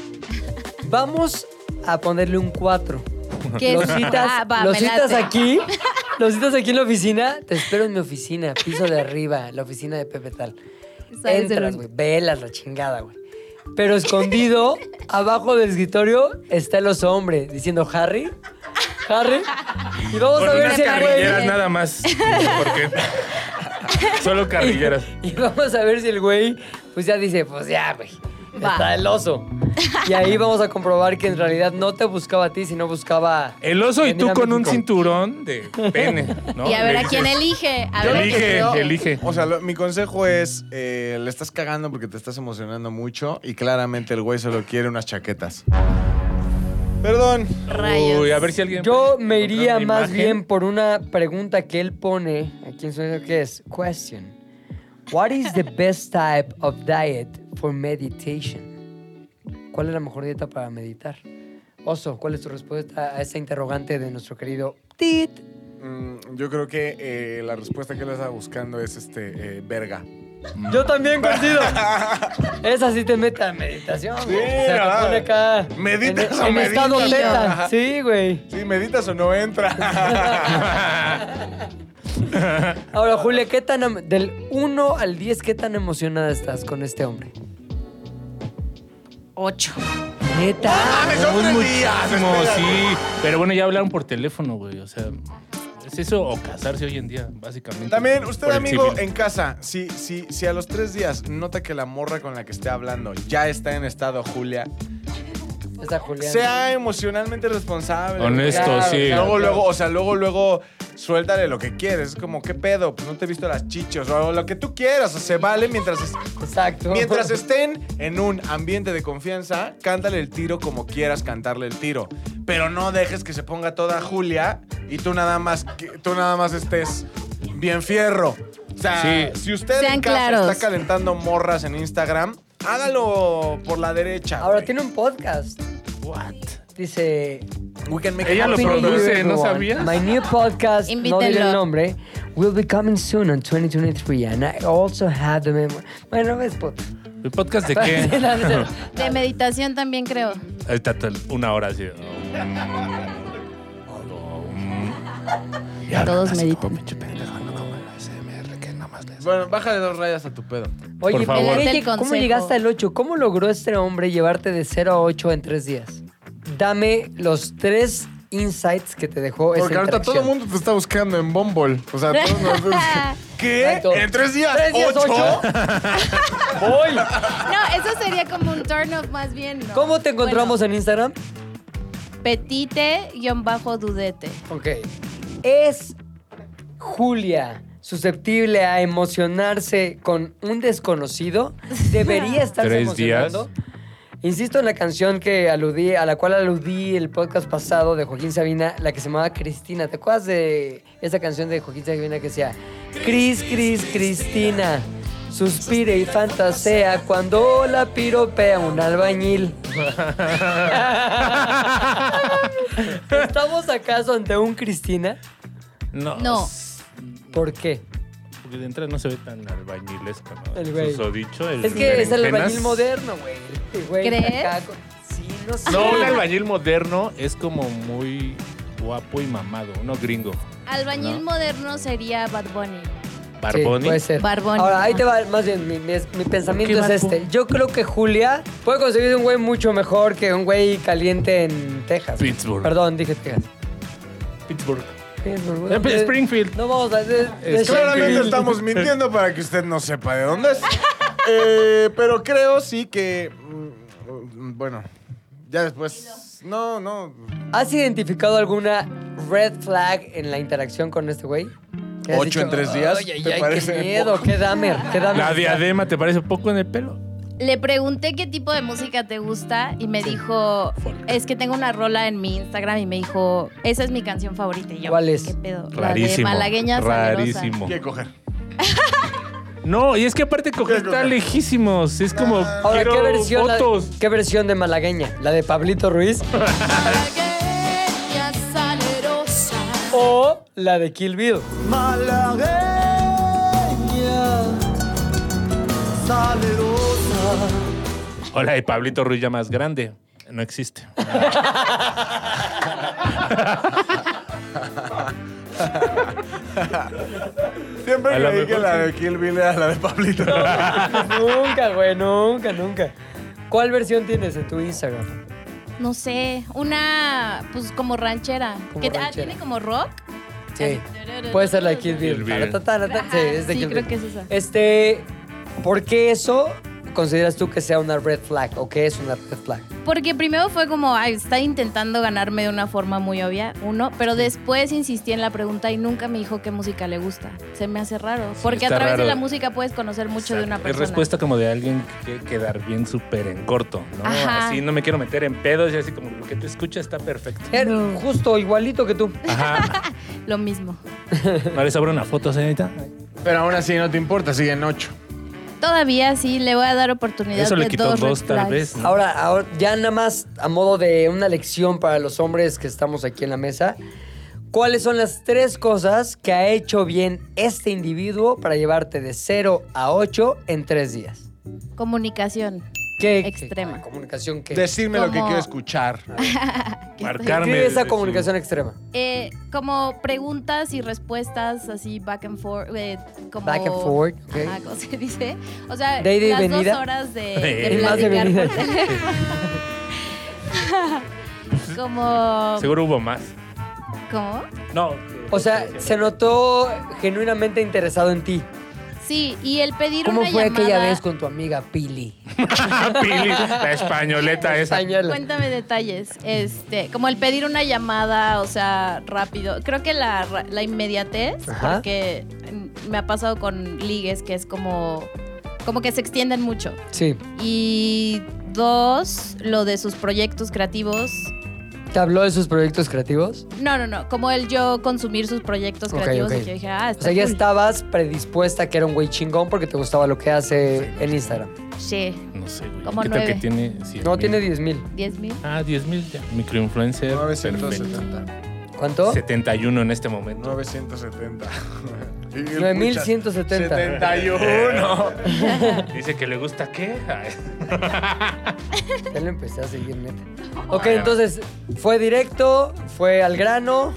Speaker 3: Vamos a ponerle un 4.
Speaker 5: ¿Qué?
Speaker 3: Los citas,
Speaker 5: Ah, va,
Speaker 3: lo
Speaker 5: me
Speaker 3: citas
Speaker 5: late.
Speaker 3: aquí. Los citas aquí en la oficina. Te espero en mi oficina, piso de arriba, la oficina de Pepe Tal.
Speaker 5: Sales
Speaker 3: Entras,
Speaker 5: en
Speaker 3: güey. Velas, la chingada, güey. Pero escondido, abajo del escritorio, está el oso hombre diciendo Harry. Harry. Y vamos
Speaker 2: Con
Speaker 3: a ver
Speaker 2: unas
Speaker 3: si el güey.
Speaker 2: carrilleras nada más. Porque solo carrilleras.
Speaker 3: Y vamos a ver si el güey, pues ya dice, pues ya, güey.
Speaker 5: Va.
Speaker 3: Está el oso. Y ahí vamos a comprobar que en realidad no te buscaba a ti, sino buscaba.
Speaker 2: El oso y
Speaker 3: venir
Speaker 2: tú
Speaker 3: a
Speaker 2: con un
Speaker 3: México.
Speaker 2: cinturón de pene, ¿no?
Speaker 5: Y a ver
Speaker 2: Le
Speaker 5: a quién
Speaker 2: dices,
Speaker 5: elige. A
Speaker 2: Yo
Speaker 5: ver a
Speaker 2: elige,
Speaker 5: quién elige.
Speaker 2: elige.
Speaker 4: O sea, lo- mi consejo es, eh, le estás cagando porque te estás emocionando mucho y claramente el güey solo quiere unas chaquetas. Perdón.
Speaker 5: Rayos.
Speaker 2: Uy, a ver si alguien.
Speaker 3: Yo
Speaker 2: puede
Speaker 3: me iría
Speaker 2: encontrar una
Speaker 3: más
Speaker 2: imagen.
Speaker 3: bien por una pregunta que él pone aquí en su que es question. What is the best type of diet for meditation? ¿Cuál es la mejor dieta para meditar? Oso, ¿cuál es tu respuesta a esa interrogante de nuestro querido Tit?
Speaker 4: Mm, yo creo que eh, la respuesta que él está buscando es este, eh, verga.
Speaker 3: Yo también coincido. Esa sí te mete a meditación. güey. Se te
Speaker 4: ¿verdad?
Speaker 3: pone acá.
Speaker 4: ¿Meditas
Speaker 3: en,
Speaker 4: o
Speaker 3: en
Speaker 4: meditas?
Speaker 3: estado beta.
Speaker 4: Ajá.
Speaker 3: Sí, güey.
Speaker 4: Sí, meditas o no entra.
Speaker 3: Ahora, Julia, ¿qué tan em- del 1 al 10 qué tan emocionada estás con este hombre?
Speaker 5: Ocho.
Speaker 4: Ah,
Speaker 3: Neta.
Speaker 8: ¡Mames, son tres días!
Speaker 2: Muchísimo,
Speaker 8: espérate.
Speaker 2: sí. Pero bueno, ya hablaron por teléfono, güey. O sea, es eso o casarse hoy en día, básicamente.
Speaker 4: También, usted,
Speaker 2: Por el
Speaker 4: amigo,
Speaker 2: civil.
Speaker 4: en casa, si, si, si a los tres días nota que la morra con la que esté hablando ya está en estado Julia,
Speaker 3: Está Julián.
Speaker 4: sea emocionalmente responsable.
Speaker 2: Honesto,
Speaker 4: Claro,
Speaker 2: sí.
Speaker 4: Luego, luego, o sea, luego, luego, suéltale lo que quieres. Es como, ¿qué pedo? Pues no te he visto las chichos o lo que tú quieras. O se vale mientras, es-
Speaker 3: Exacto.
Speaker 4: mientras estén en un ambiente de confianza, cántale el tiro como quieras cantarle el tiro. Pero no dejes que se ponga toda Julia y tú nada más, que- tú nada más estés bien fierro. O sea,
Speaker 2: Sí.
Speaker 4: si usted
Speaker 5: Sean
Speaker 4: en casa
Speaker 5: claros.
Speaker 4: está calentando morras en Instagram, hágalo por la derecha.
Speaker 3: Ahora
Speaker 4: güey.
Speaker 3: tiene un podcast.
Speaker 2: What?
Speaker 3: Dice.
Speaker 4: We can make
Speaker 2: Ella
Speaker 4: it
Speaker 2: Ah, lo
Speaker 4: happen.
Speaker 3: "Happy New
Speaker 2: produce,
Speaker 3: Year,
Speaker 2: ¿no
Speaker 3: everyone.
Speaker 2: sabías?
Speaker 3: My new podcast, no diré el
Speaker 5: Invítenlo.
Speaker 3: nombre, will be coming soon on 2023. And I also have the memory. Bueno, ves, pues, puto.
Speaker 2: ¿El podcast de qué?
Speaker 5: De meditación también creo.
Speaker 2: Ahí está tal- una hora así.
Speaker 5: Todos meditan.
Speaker 4: Bueno, bájale dos rayas a tu pedo.
Speaker 3: Oye,
Speaker 2: Por favor.
Speaker 3: Pepe,
Speaker 5: El
Speaker 3: ¿cómo
Speaker 5: consejo.
Speaker 3: llegaste al 8? ¿Cómo logró este hombre llevarte de 0 a 8 en 3 días? Dame los tres insights que te dejó esa
Speaker 8: Porque ahorita todo el
Speaker 3: interacción.
Speaker 8: mundo te está buscando en Bumble. O sea, todos nos-
Speaker 4: ¿Qué?
Speaker 3: Exacto.
Speaker 4: ¿En tres días?
Speaker 3: ¿Tres días,
Speaker 4: ¿Ocho?
Speaker 3: ocho?
Speaker 5: No, eso sería como un turn off más bien. ¿no?
Speaker 3: ¿Cómo te encontramos en Instagram?
Speaker 5: Bueno, Petite-dudete.
Speaker 3: Ok. ¿Es Julia susceptible a emocionarse con un desconocido? ¿Debería estarse
Speaker 2: Tres días.
Speaker 3: emocionando? Insisto en la canción que aludí, a la cual aludí el podcast pasado de Joaquín Sabina, la que se llamaba Cristina. ¿Te acuerdas de esa canción de Joaquín Sabina que decía Cris, Cris, Cristina? Suspire y fantasea cuando la piropea un albañil. ¿Estamos acaso ante un Cristina?
Speaker 2: No.
Speaker 5: No.
Speaker 3: ¿Por qué?
Speaker 2: Porque de entrada no se ve tan albañilesco, ¿no?
Speaker 3: El güey.
Speaker 2: Susodicho, el
Speaker 3: Es que es el
Speaker 2: berenjenas.
Speaker 3: albañil moderno, güey. El güey está
Speaker 5: ¿Crees?
Speaker 3: acá con- Sí, no sé.
Speaker 2: No, un albañil moderno es como muy guapo y mamado, uno gringo.
Speaker 3: Ah,
Speaker 5: Albañil
Speaker 2: No.
Speaker 5: moderno sería Bad Bunny.
Speaker 3: Sí,
Speaker 2: Barboni.
Speaker 3: puede ser.
Speaker 5: Barboni.
Speaker 3: Ahora, ahí te va, más bien, mi, mi- mi pensamiento
Speaker 2: ¿Qué
Speaker 3: es
Speaker 2: barco?
Speaker 3: este. Yo creo que Julia puede conseguir un güey mucho mejor que un güey caliente en Texas.
Speaker 2: Pittsburgh.
Speaker 3: Perdón, dije Texas.
Speaker 2: Pittsburgh.
Speaker 3: Pittsburgh, güey.
Speaker 2: Eh, Springfield.
Speaker 3: No vamos a... de- de-
Speaker 2: Es
Speaker 4: Claramente
Speaker 3: Springfield.
Speaker 4: estamos mintiendo para que usted no sepa de dónde es. Eh, pero creo sí que. mm, Bueno, ya después. No, no.
Speaker 3: ¿Has identificado alguna red flag en la interacción con este güey? ¿Qué has
Speaker 4: ¿Ocho
Speaker 3: dicho?
Speaker 4: en tres días?
Speaker 3: Ay, ay,
Speaker 4: ¿Te
Speaker 3: ay,
Speaker 4: parece
Speaker 3: qué miedo,
Speaker 4: poco?
Speaker 3: qué damer, qué damer.
Speaker 2: La diadema, ¿te parece poco en el pelo?
Speaker 5: Le pregunté qué tipo de música te gusta y me dijo, es que tengo una rola en mi Instagram y me dijo, esa es mi canción favorita. Y yo,
Speaker 3: ¿Cuál es?
Speaker 5: ¿Qué pedo?
Speaker 2: Rarísimo.
Speaker 5: La de Malagueña Salerosa.
Speaker 2: rarísimo.
Speaker 8: Quiere coger.
Speaker 2: No, y es que aparte coger
Speaker 8: Quiero
Speaker 2: está
Speaker 8: coger.
Speaker 2: lejísimos. Es como.
Speaker 3: Ah. Ahora, ¿qué
Speaker 2: quiero
Speaker 3: versión, la-
Speaker 2: fotos.
Speaker 3: ¿qué versión de malagueña? ¿La de Pablito Ruiz
Speaker 5: Malagueña Salerosa.
Speaker 3: o la de Kill Bill?
Speaker 2: O la de Pablito Ruiz ya más grande. No existe.
Speaker 4: Siempre
Speaker 2: A lo
Speaker 4: creí
Speaker 2: mejor
Speaker 4: que la
Speaker 2: sí.
Speaker 4: de Kill Bill era la de Pablito.
Speaker 3: nunca, güey, nunca, nunca. ¿Cuál versión tienes en tu Instagram?
Speaker 5: No sé, una, pues como ranchera.
Speaker 3: Como
Speaker 5: que, ah,
Speaker 3: ranchera.
Speaker 5: ¿Tiene como rock?
Speaker 3: Sí. Puede ser la de Kill Bill.
Speaker 2: Kill Bill.
Speaker 3: Taratatara,
Speaker 5: Ajá,
Speaker 3: Sí, es de
Speaker 5: sí,
Speaker 3: Kill
Speaker 5: creo
Speaker 3: Bill.
Speaker 5: que es esa.
Speaker 3: Este, ¿por qué eso consideras tú que sea una red flag o que es una red flag?
Speaker 5: Porque primero fue como, ay, está intentando ganarme de una forma muy obvia, uno, pero después insistí en la pregunta y nunca me dijo qué música le gusta. Se me hace raro, porque a
Speaker 2: está
Speaker 5: través de
Speaker 2: raro.
Speaker 5: la música puedes conocer mucho de una
Speaker 2: Es
Speaker 5: persona.
Speaker 2: respuesta como de alguien que quiere quedar bien súper en corto, ¿no?
Speaker 5: Ajá.
Speaker 2: Así no me quiero meter en pedos y así como lo que te escucha está perfecto.
Speaker 3: Er, Justo igualito que tú.
Speaker 2: Ajá.
Speaker 5: Lo mismo.
Speaker 2: ¿No les abro una foto, señorita?
Speaker 4: Pero aún así no te importa, siguen ocho.
Speaker 5: Todavía sí le voy a dar oportunidad
Speaker 2: Eso
Speaker 5: de
Speaker 2: le quitó dos,
Speaker 5: red
Speaker 2: tal
Speaker 5: flags.
Speaker 2: vez. ¿no?
Speaker 3: Ahora, ahora, ya nada más a modo de una lección para los hombres que estamos aquí en la mesa, ¿cuáles son las tres cosas que ha hecho bien este individuo para llevarte de 0 a 8 en tres días?
Speaker 5: Comunicación.
Speaker 3: ¿Qué?
Speaker 5: Extrema.
Speaker 3: qué- comunicación que...
Speaker 4: Decirme lo que
Speaker 5: Como-
Speaker 4: quiero escuchar.
Speaker 2: Marcarme.
Speaker 3: Describe esa
Speaker 2: desde
Speaker 3: comunicación extrema.
Speaker 5: Eh, como preguntas y respuestas así back and forth. eh, como,
Speaker 3: Back and forth, ok.
Speaker 5: Ajá, ¿cómo se dice? O sea,
Speaker 3: De ida y
Speaker 5: las
Speaker 3: venida.
Speaker 5: dos horas de,
Speaker 2: Eh,
Speaker 5: de
Speaker 3: más de
Speaker 5: platicar
Speaker 3: venida.
Speaker 5: por teléfono. Como.
Speaker 2: Seguro hubo más.
Speaker 5: ¿Cómo?
Speaker 2: No. que-
Speaker 3: O sea, se notó genuinamente interesado en ti.
Speaker 5: Sí, y el pedir
Speaker 3: ¿Cómo
Speaker 5: una
Speaker 3: fue
Speaker 5: llamada.
Speaker 3: aquella vez con tu amiga Pili?
Speaker 2: Ah, Pili, la españoleta esa.
Speaker 3: Española.
Speaker 5: Cuéntame detalles. Este, como el pedir una llamada, o sea, rápido. Creo que la, ra- la inmediatez,
Speaker 3: Ajá.
Speaker 5: porque mm, me ha pasado con ligues que es como. Como que se extienden mucho.
Speaker 3: Sí.
Speaker 5: Y dos, lo de sus proyectos creativos.
Speaker 3: ¿Te habló de sus proyectos creativos?
Speaker 5: No, no, no. Como el yo consumir sus proyectos
Speaker 3: Ok,
Speaker 5: creativos
Speaker 3: ok.
Speaker 5: y que dije, ah,
Speaker 3: O
Speaker 5: está
Speaker 3: sea, ya
Speaker 5: cool.
Speaker 3: estabas predispuesta a que era un güey chingón porque te gustaba lo que hace en Instagram.
Speaker 5: Sí,
Speaker 2: No sé, güey.
Speaker 5: Como
Speaker 2: ¿Qué tal
Speaker 5: nueve.
Speaker 2: que tiene 100
Speaker 3: No,
Speaker 2: mil?
Speaker 3: tiene 10 mil.
Speaker 5: 10 mil.
Speaker 2: Ah, 10 mil ya. Microinfluencer. 970.
Speaker 4: 970.
Speaker 3: ¿Cuánto?
Speaker 2: 71 en este momento.
Speaker 4: 970.
Speaker 3: 9170.
Speaker 2: 71. Dice que le gusta qué. Ay.
Speaker 3: Ya lo empecé a seguir, neta. Ok, entonces fue directo, fue al grano.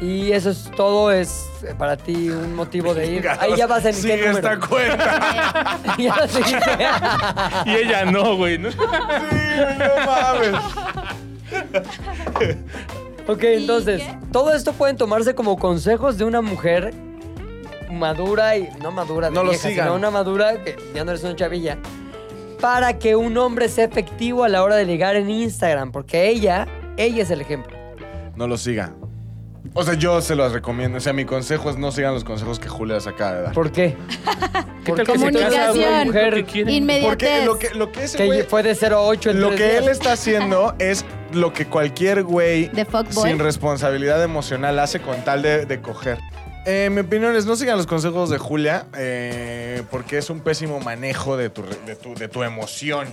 Speaker 3: Y eso es todo, es eh, para ti un motivo de ir. Ahí ya vas en qué
Speaker 4: Sigue esta
Speaker 3: número.
Speaker 4: cuenta.
Speaker 3: Ya vas en qué.
Speaker 2: Y ella no, güey. ¿no?
Speaker 4: No mames.
Speaker 3: Ok,
Speaker 5: ¿Y
Speaker 3: entonces,
Speaker 5: qué?
Speaker 3: todo esto pueden tomarse como consejos de una mujer madura y no madura, de
Speaker 4: No lo
Speaker 3: vieja,
Speaker 4: sigan.
Speaker 3: sino una madura que ya no eres una chavilla, para que un hombre sea efectivo a la hora de ligar en Instagram, porque ella, ella es el ejemplo.
Speaker 4: No lo siga. O sea, yo se los recomiendo. O sea, mi consejo es no sigan los consejos que Julia se acaba de dar.
Speaker 3: ¿Por qué?
Speaker 2: ¿Qué tal
Speaker 3: Porque
Speaker 2: que se casa, güey?
Speaker 5: Comunicación.
Speaker 2: Lo que
Speaker 3: mujer
Speaker 2: quiere.
Speaker 4: Porque
Speaker 5: Inmediatez.
Speaker 4: lo que, lo que ese
Speaker 3: que
Speaker 4: güey-
Speaker 3: fue de 0 a 8 en
Speaker 4: Lo
Speaker 3: tres
Speaker 4: que él
Speaker 3: días.
Speaker 4: está haciendo es lo que cualquier güey
Speaker 5: De fuckboy.
Speaker 4: sin responsabilidad emocional hace con tal de, de coger. Eh, mi opinión es, no sigan los consejos de Julia, eh, porque es un pésimo manejo de tu, re- de tu, de tu emoción.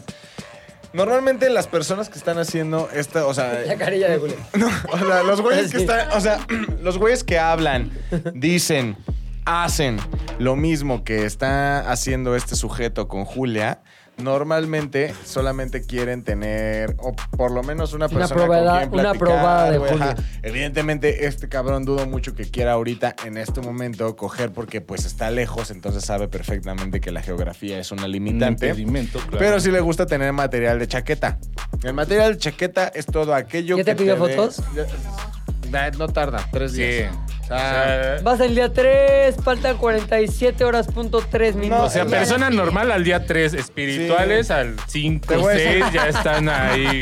Speaker 4: Normalmente las personas que están haciendo esta, o sea,
Speaker 3: La carilla de Julio.
Speaker 4: no, o sea, los güeyes que
Speaker 3: Sí.
Speaker 4: están, o sea, los güeyes que hablan, dicen, hacen lo mismo que está haciendo este sujeto con Julia. Normalmente solamente quieren tener, o por lo menos una
Speaker 3: Una
Speaker 4: persona
Speaker 3: probada-
Speaker 4: con quien
Speaker 3: una
Speaker 4: platicar,
Speaker 3: probada de
Speaker 4: güey, ajá.
Speaker 3: Julia.
Speaker 4: Evidentemente, este cabrón dudo mucho que quiera ahorita, en este momento, coger porque pues está lejos, entonces sabe perfectamente que la geografía es una
Speaker 2: Un
Speaker 4: limitante.
Speaker 2: impedimento, Mm, claro.
Speaker 4: Pero sí le gusta tener material de chaqueta. El material de chaqueta es todo aquello
Speaker 3: ¿Ya
Speaker 4: que
Speaker 3: te pidió
Speaker 4: dé-
Speaker 3: fotos?
Speaker 4: Ya- No tarda, tres
Speaker 2: Sí.
Speaker 4: días.
Speaker 2: O sea,
Speaker 3: Vas al día 3, faltan 47 horas punto 3 minutos.
Speaker 2: o sea,
Speaker 4: ya-
Speaker 2: persona normal al día 3, espirituales al 5,
Speaker 4: Te voy a decir-
Speaker 2: 6, ya están ahí.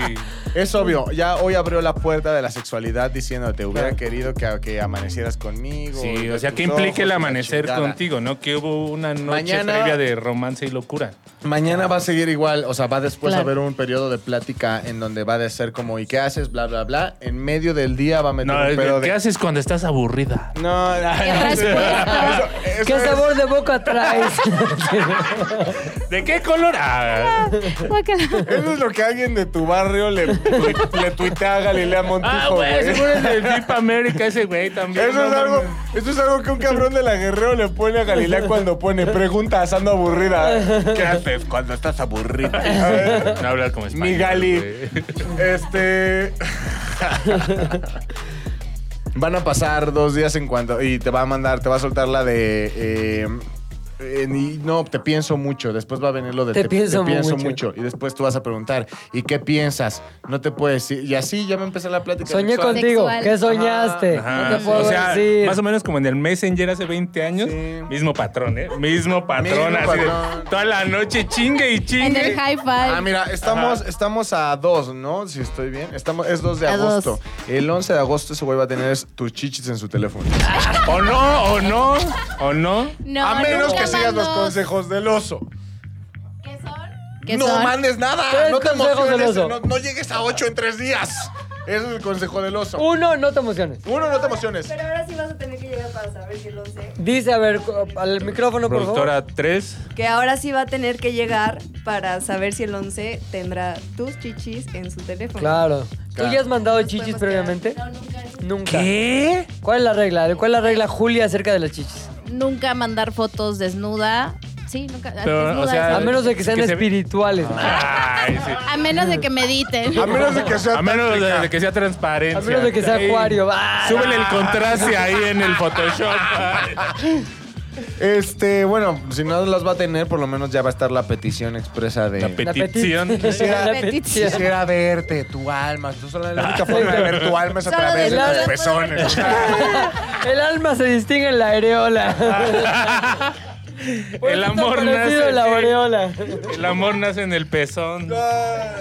Speaker 4: Es obvio, ya hoy abrió la puerta de la sexualidad diciéndote, hubiera
Speaker 3: Claro.
Speaker 4: querido que, que amanecieras conmigo.
Speaker 2: Sí,
Speaker 4: de
Speaker 2: o sea,
Speaker 4: tus
Speaker 2: que implique el
Speaker 4: ojos, la
Speaker 2: amanecer
Speaker 4: chingada.
Speaker 2: contigo, ¿no? Que hubo una noche
Speaker 4: Mañana-
Speaker 2: previa de romance y locura.
Speaker 4: Mañana va a seguir igual, o sea, va después
Speaker 5: Claro.
Speaker 4: a haber un periodo de plática en donde va a ser como, ¿y qué haces? Bla, bla, bla. En medio del día va a meter
Speaker 2: No,
Speaker 4: un pedo
Speaker 2: ¿qué
Speaker 4: de...
Speaker 2: haces cuando estás aburrida?
Speaker 4: No, no, no,
Speaker 5: respuesta?
Speaker 4: eso- eso
Speaker 3: ¿Qué
Speaker 4: es-
Speaker 3: sabor de boca traes?
Speaker 2: ¿De qué color? Ah,
Speaker 5: Guácala.
Speaker 4: Eso es lo que alguien de tu barrio le, tu- le tuitea a Galilea Montijo,
Speaker 2: Ah, güey,
Speaker 4: güey.
Speaker 2: seguro es del VIP América ese güey también.
Speaker 4: Eso es,
Speaker 2: no
Speaker 4: algo,
Speaker 2: mames.
Speaker 4: eso es algo que un cabrón de la Guerrero le pone a Galilea cuando pone pregunta asando aburrida. ¿Qué haces cuando estás aburrida? A ver,
Speaker 2: No hablar como español.
Speaker 4: Mi Gali.
Speaker 2: güey.
Speaker 4: Este. Van a pasar dos días en cuanto. Y te va a mandar, te va a soltar la de. eh, eh, ni- no, te pienso mucho. Después va a venir lo de
Speaker 3: Te pienso mucho.
Speaker 4: mucho. Y después tú vas a preguntar, ¿y qué piensas? No te puedes decir. Y así ya me empezó la plática.
Speaker 3: Soñé
Speaker 4: sexual.
Speaker 3: contigo.
Speaker 5: Sexual.
Speaker 3: ¿Qué soñaste?
Speaker 2: Ajá.
Speaker 3: No te puedo
Speaker 2: o sea,
Speaker 3: decir.
Speaker 2: más o menos como en el Messenger hace 20 años.
Speaker 4: Sí.
Speaker 2: Mismo patrón, ¿eh? Mismo patrón.
Speaker 4: Mismo
Speaker 2: así de
Speaker 4: patrón.
Speaker 2: toda la noche chingue y
Speaker 5: En el
Speaker 2: chingue.
Speaker 5: high five.
Speaker 4: Ah, mira, estamos, estamos a 2, ¿no? Si estoy bien. Estamos, es 2 de
Speaker 5: A dos.
Speaker 4: agosto. El 11 de agosto ese güey va a tener tus chichis en su teléfono.
Speaker 2: O no, o no, o no.
Speaker 5: No,
Speaker 4: a menos
Speaker 5: nunca
Speaker 4: que sigas los
Speaker 5: mando-
Speaker 4: consejos del oso.
Speaker 5: ¿Qué son? ¿Qué
Speaker 4: no
Speaker 5: son?
Speaker 4: mandes nada.
Speaker 3: ¿Tres
Speaker 4: No te
Speaker 3: consejos del
Speaker 4: emociones.
Speaker 3: oso?
Speaker 4: No, no llegues a 8 en 3 días. Ese es el consejo del oso.
Speaker 5: Uh.
Speaker 3: Uno, no te emociones.
Speaker 4: Uno, no te emociones.
Speaker 9: Pero ahora sí vas a tener que llegar para saber si lo sé.
Speaker 3: Dice, a ver, co- al micrófono, por favor.
Speaker 2: Productora 3.
Speaker 9: Que ahora sí va a tener que llegar para saber si el 11 tendrá tus chichis en su teléfono.
Speaker 3: Claro. ¿Tú
Speaker 4: Claro.
Speaker 3: ya has mandado chichis
Speaker 9: podemos
Speaker 3: previamente?
Speaker 5: No, nunca.
Speaker 3: Nunca.
Speaker 2: ¿Qué?
Speaker 3: ¿Cuál es la regla? ¿Cuál es la regla, Julia, acerca de las chichis?
Speaker 5: Nunca mandar fotos desnuda. Sí, nunca.
Speaker 2: Pero,
Speaker 5: desnuda,
Speaker 2: o sea,
Speaker 5: esa-
Speaker 3: A menos de que sean
Speaker 2: que se- Ah,
Speaker 3: espirituales.
Speaker 2: Ay, sí.
Speaker 5: a menos de que mediten.
Speaker 4: A menos de que sea.
Speaker 2: A menos de,
Speaker 4: tántrica.
Speaker 2: de que sea transparente.
Speaker 3: A menos de que sea acuario. Ah,
Speaker 2: Súbele el contraste ahí en el Photoshop.
Speaker 4: Este, bueno, si no las va a tener, por lo menos ya va a estar la petición expresa de.
Speaker 2: La petición.
Speaker 4: Quisiera,
Speaker 5: La petición.
Speaker 4: quisiera verte, tu alma. Tú solo- la única forma de ver tu alma es a
Speaker 10: Solo
Speaker 4: través de
Speaker 3: de-
Speaker 4: tus pezones.
Speaker 3: El alma se distingue en la areola. Por
Speaker 2: Ah, el
Speaker 3: eso está
Speaker 2: amor
Speaker 3: parecido
Speaker 2: nace.
Speaker 3: en la areola.
Speaker 2: El amor nace en el pezón.
Speaker 4: Ah,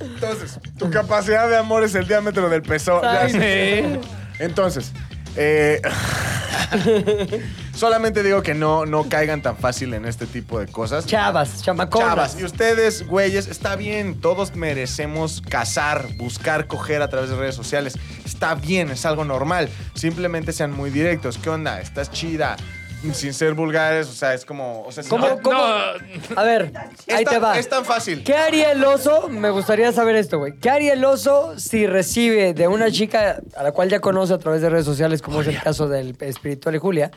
Speaker 4: Entonces, tu capacidad de amor es el diámetro del pezón. Ya sé.
Speaker 2: Sí.
Speaker 4: Entonces, eh, solamente digo que no, no caigan tan fácil en este tipo de cosas.
Speaker 3: Chavas, chamaconas.
Speaker 4: Chavas, y ustedes, güeyes, está bien, todos merecemos cazar, buscar, coger a través de redes sociales. Está bien, es algo normal. Simplemente sean muy directos. ¿Qué onda? ¿Estás chida? Sin ser vulgares, o sea, es como. O sea, si
Speaker 3: ¿Cómo-
Speaker 4: no-
Speaker 3: cómo?
Speaker 2: Ah, No,
Speaker 3: A ver,
Speaker 4: es
Speaker 3: ahí
Speaker 4: tan-
Speaker 3: te va.
Speaker 4: Es tan fácil.
Speaker 3: ¿Qué haría el oso? Me gustaría saber esto, güey. ¿Qué haría el oso si recibe de una chica a la cual ya conoce a través de redes sociales, como es el caso del espiritual y Julia,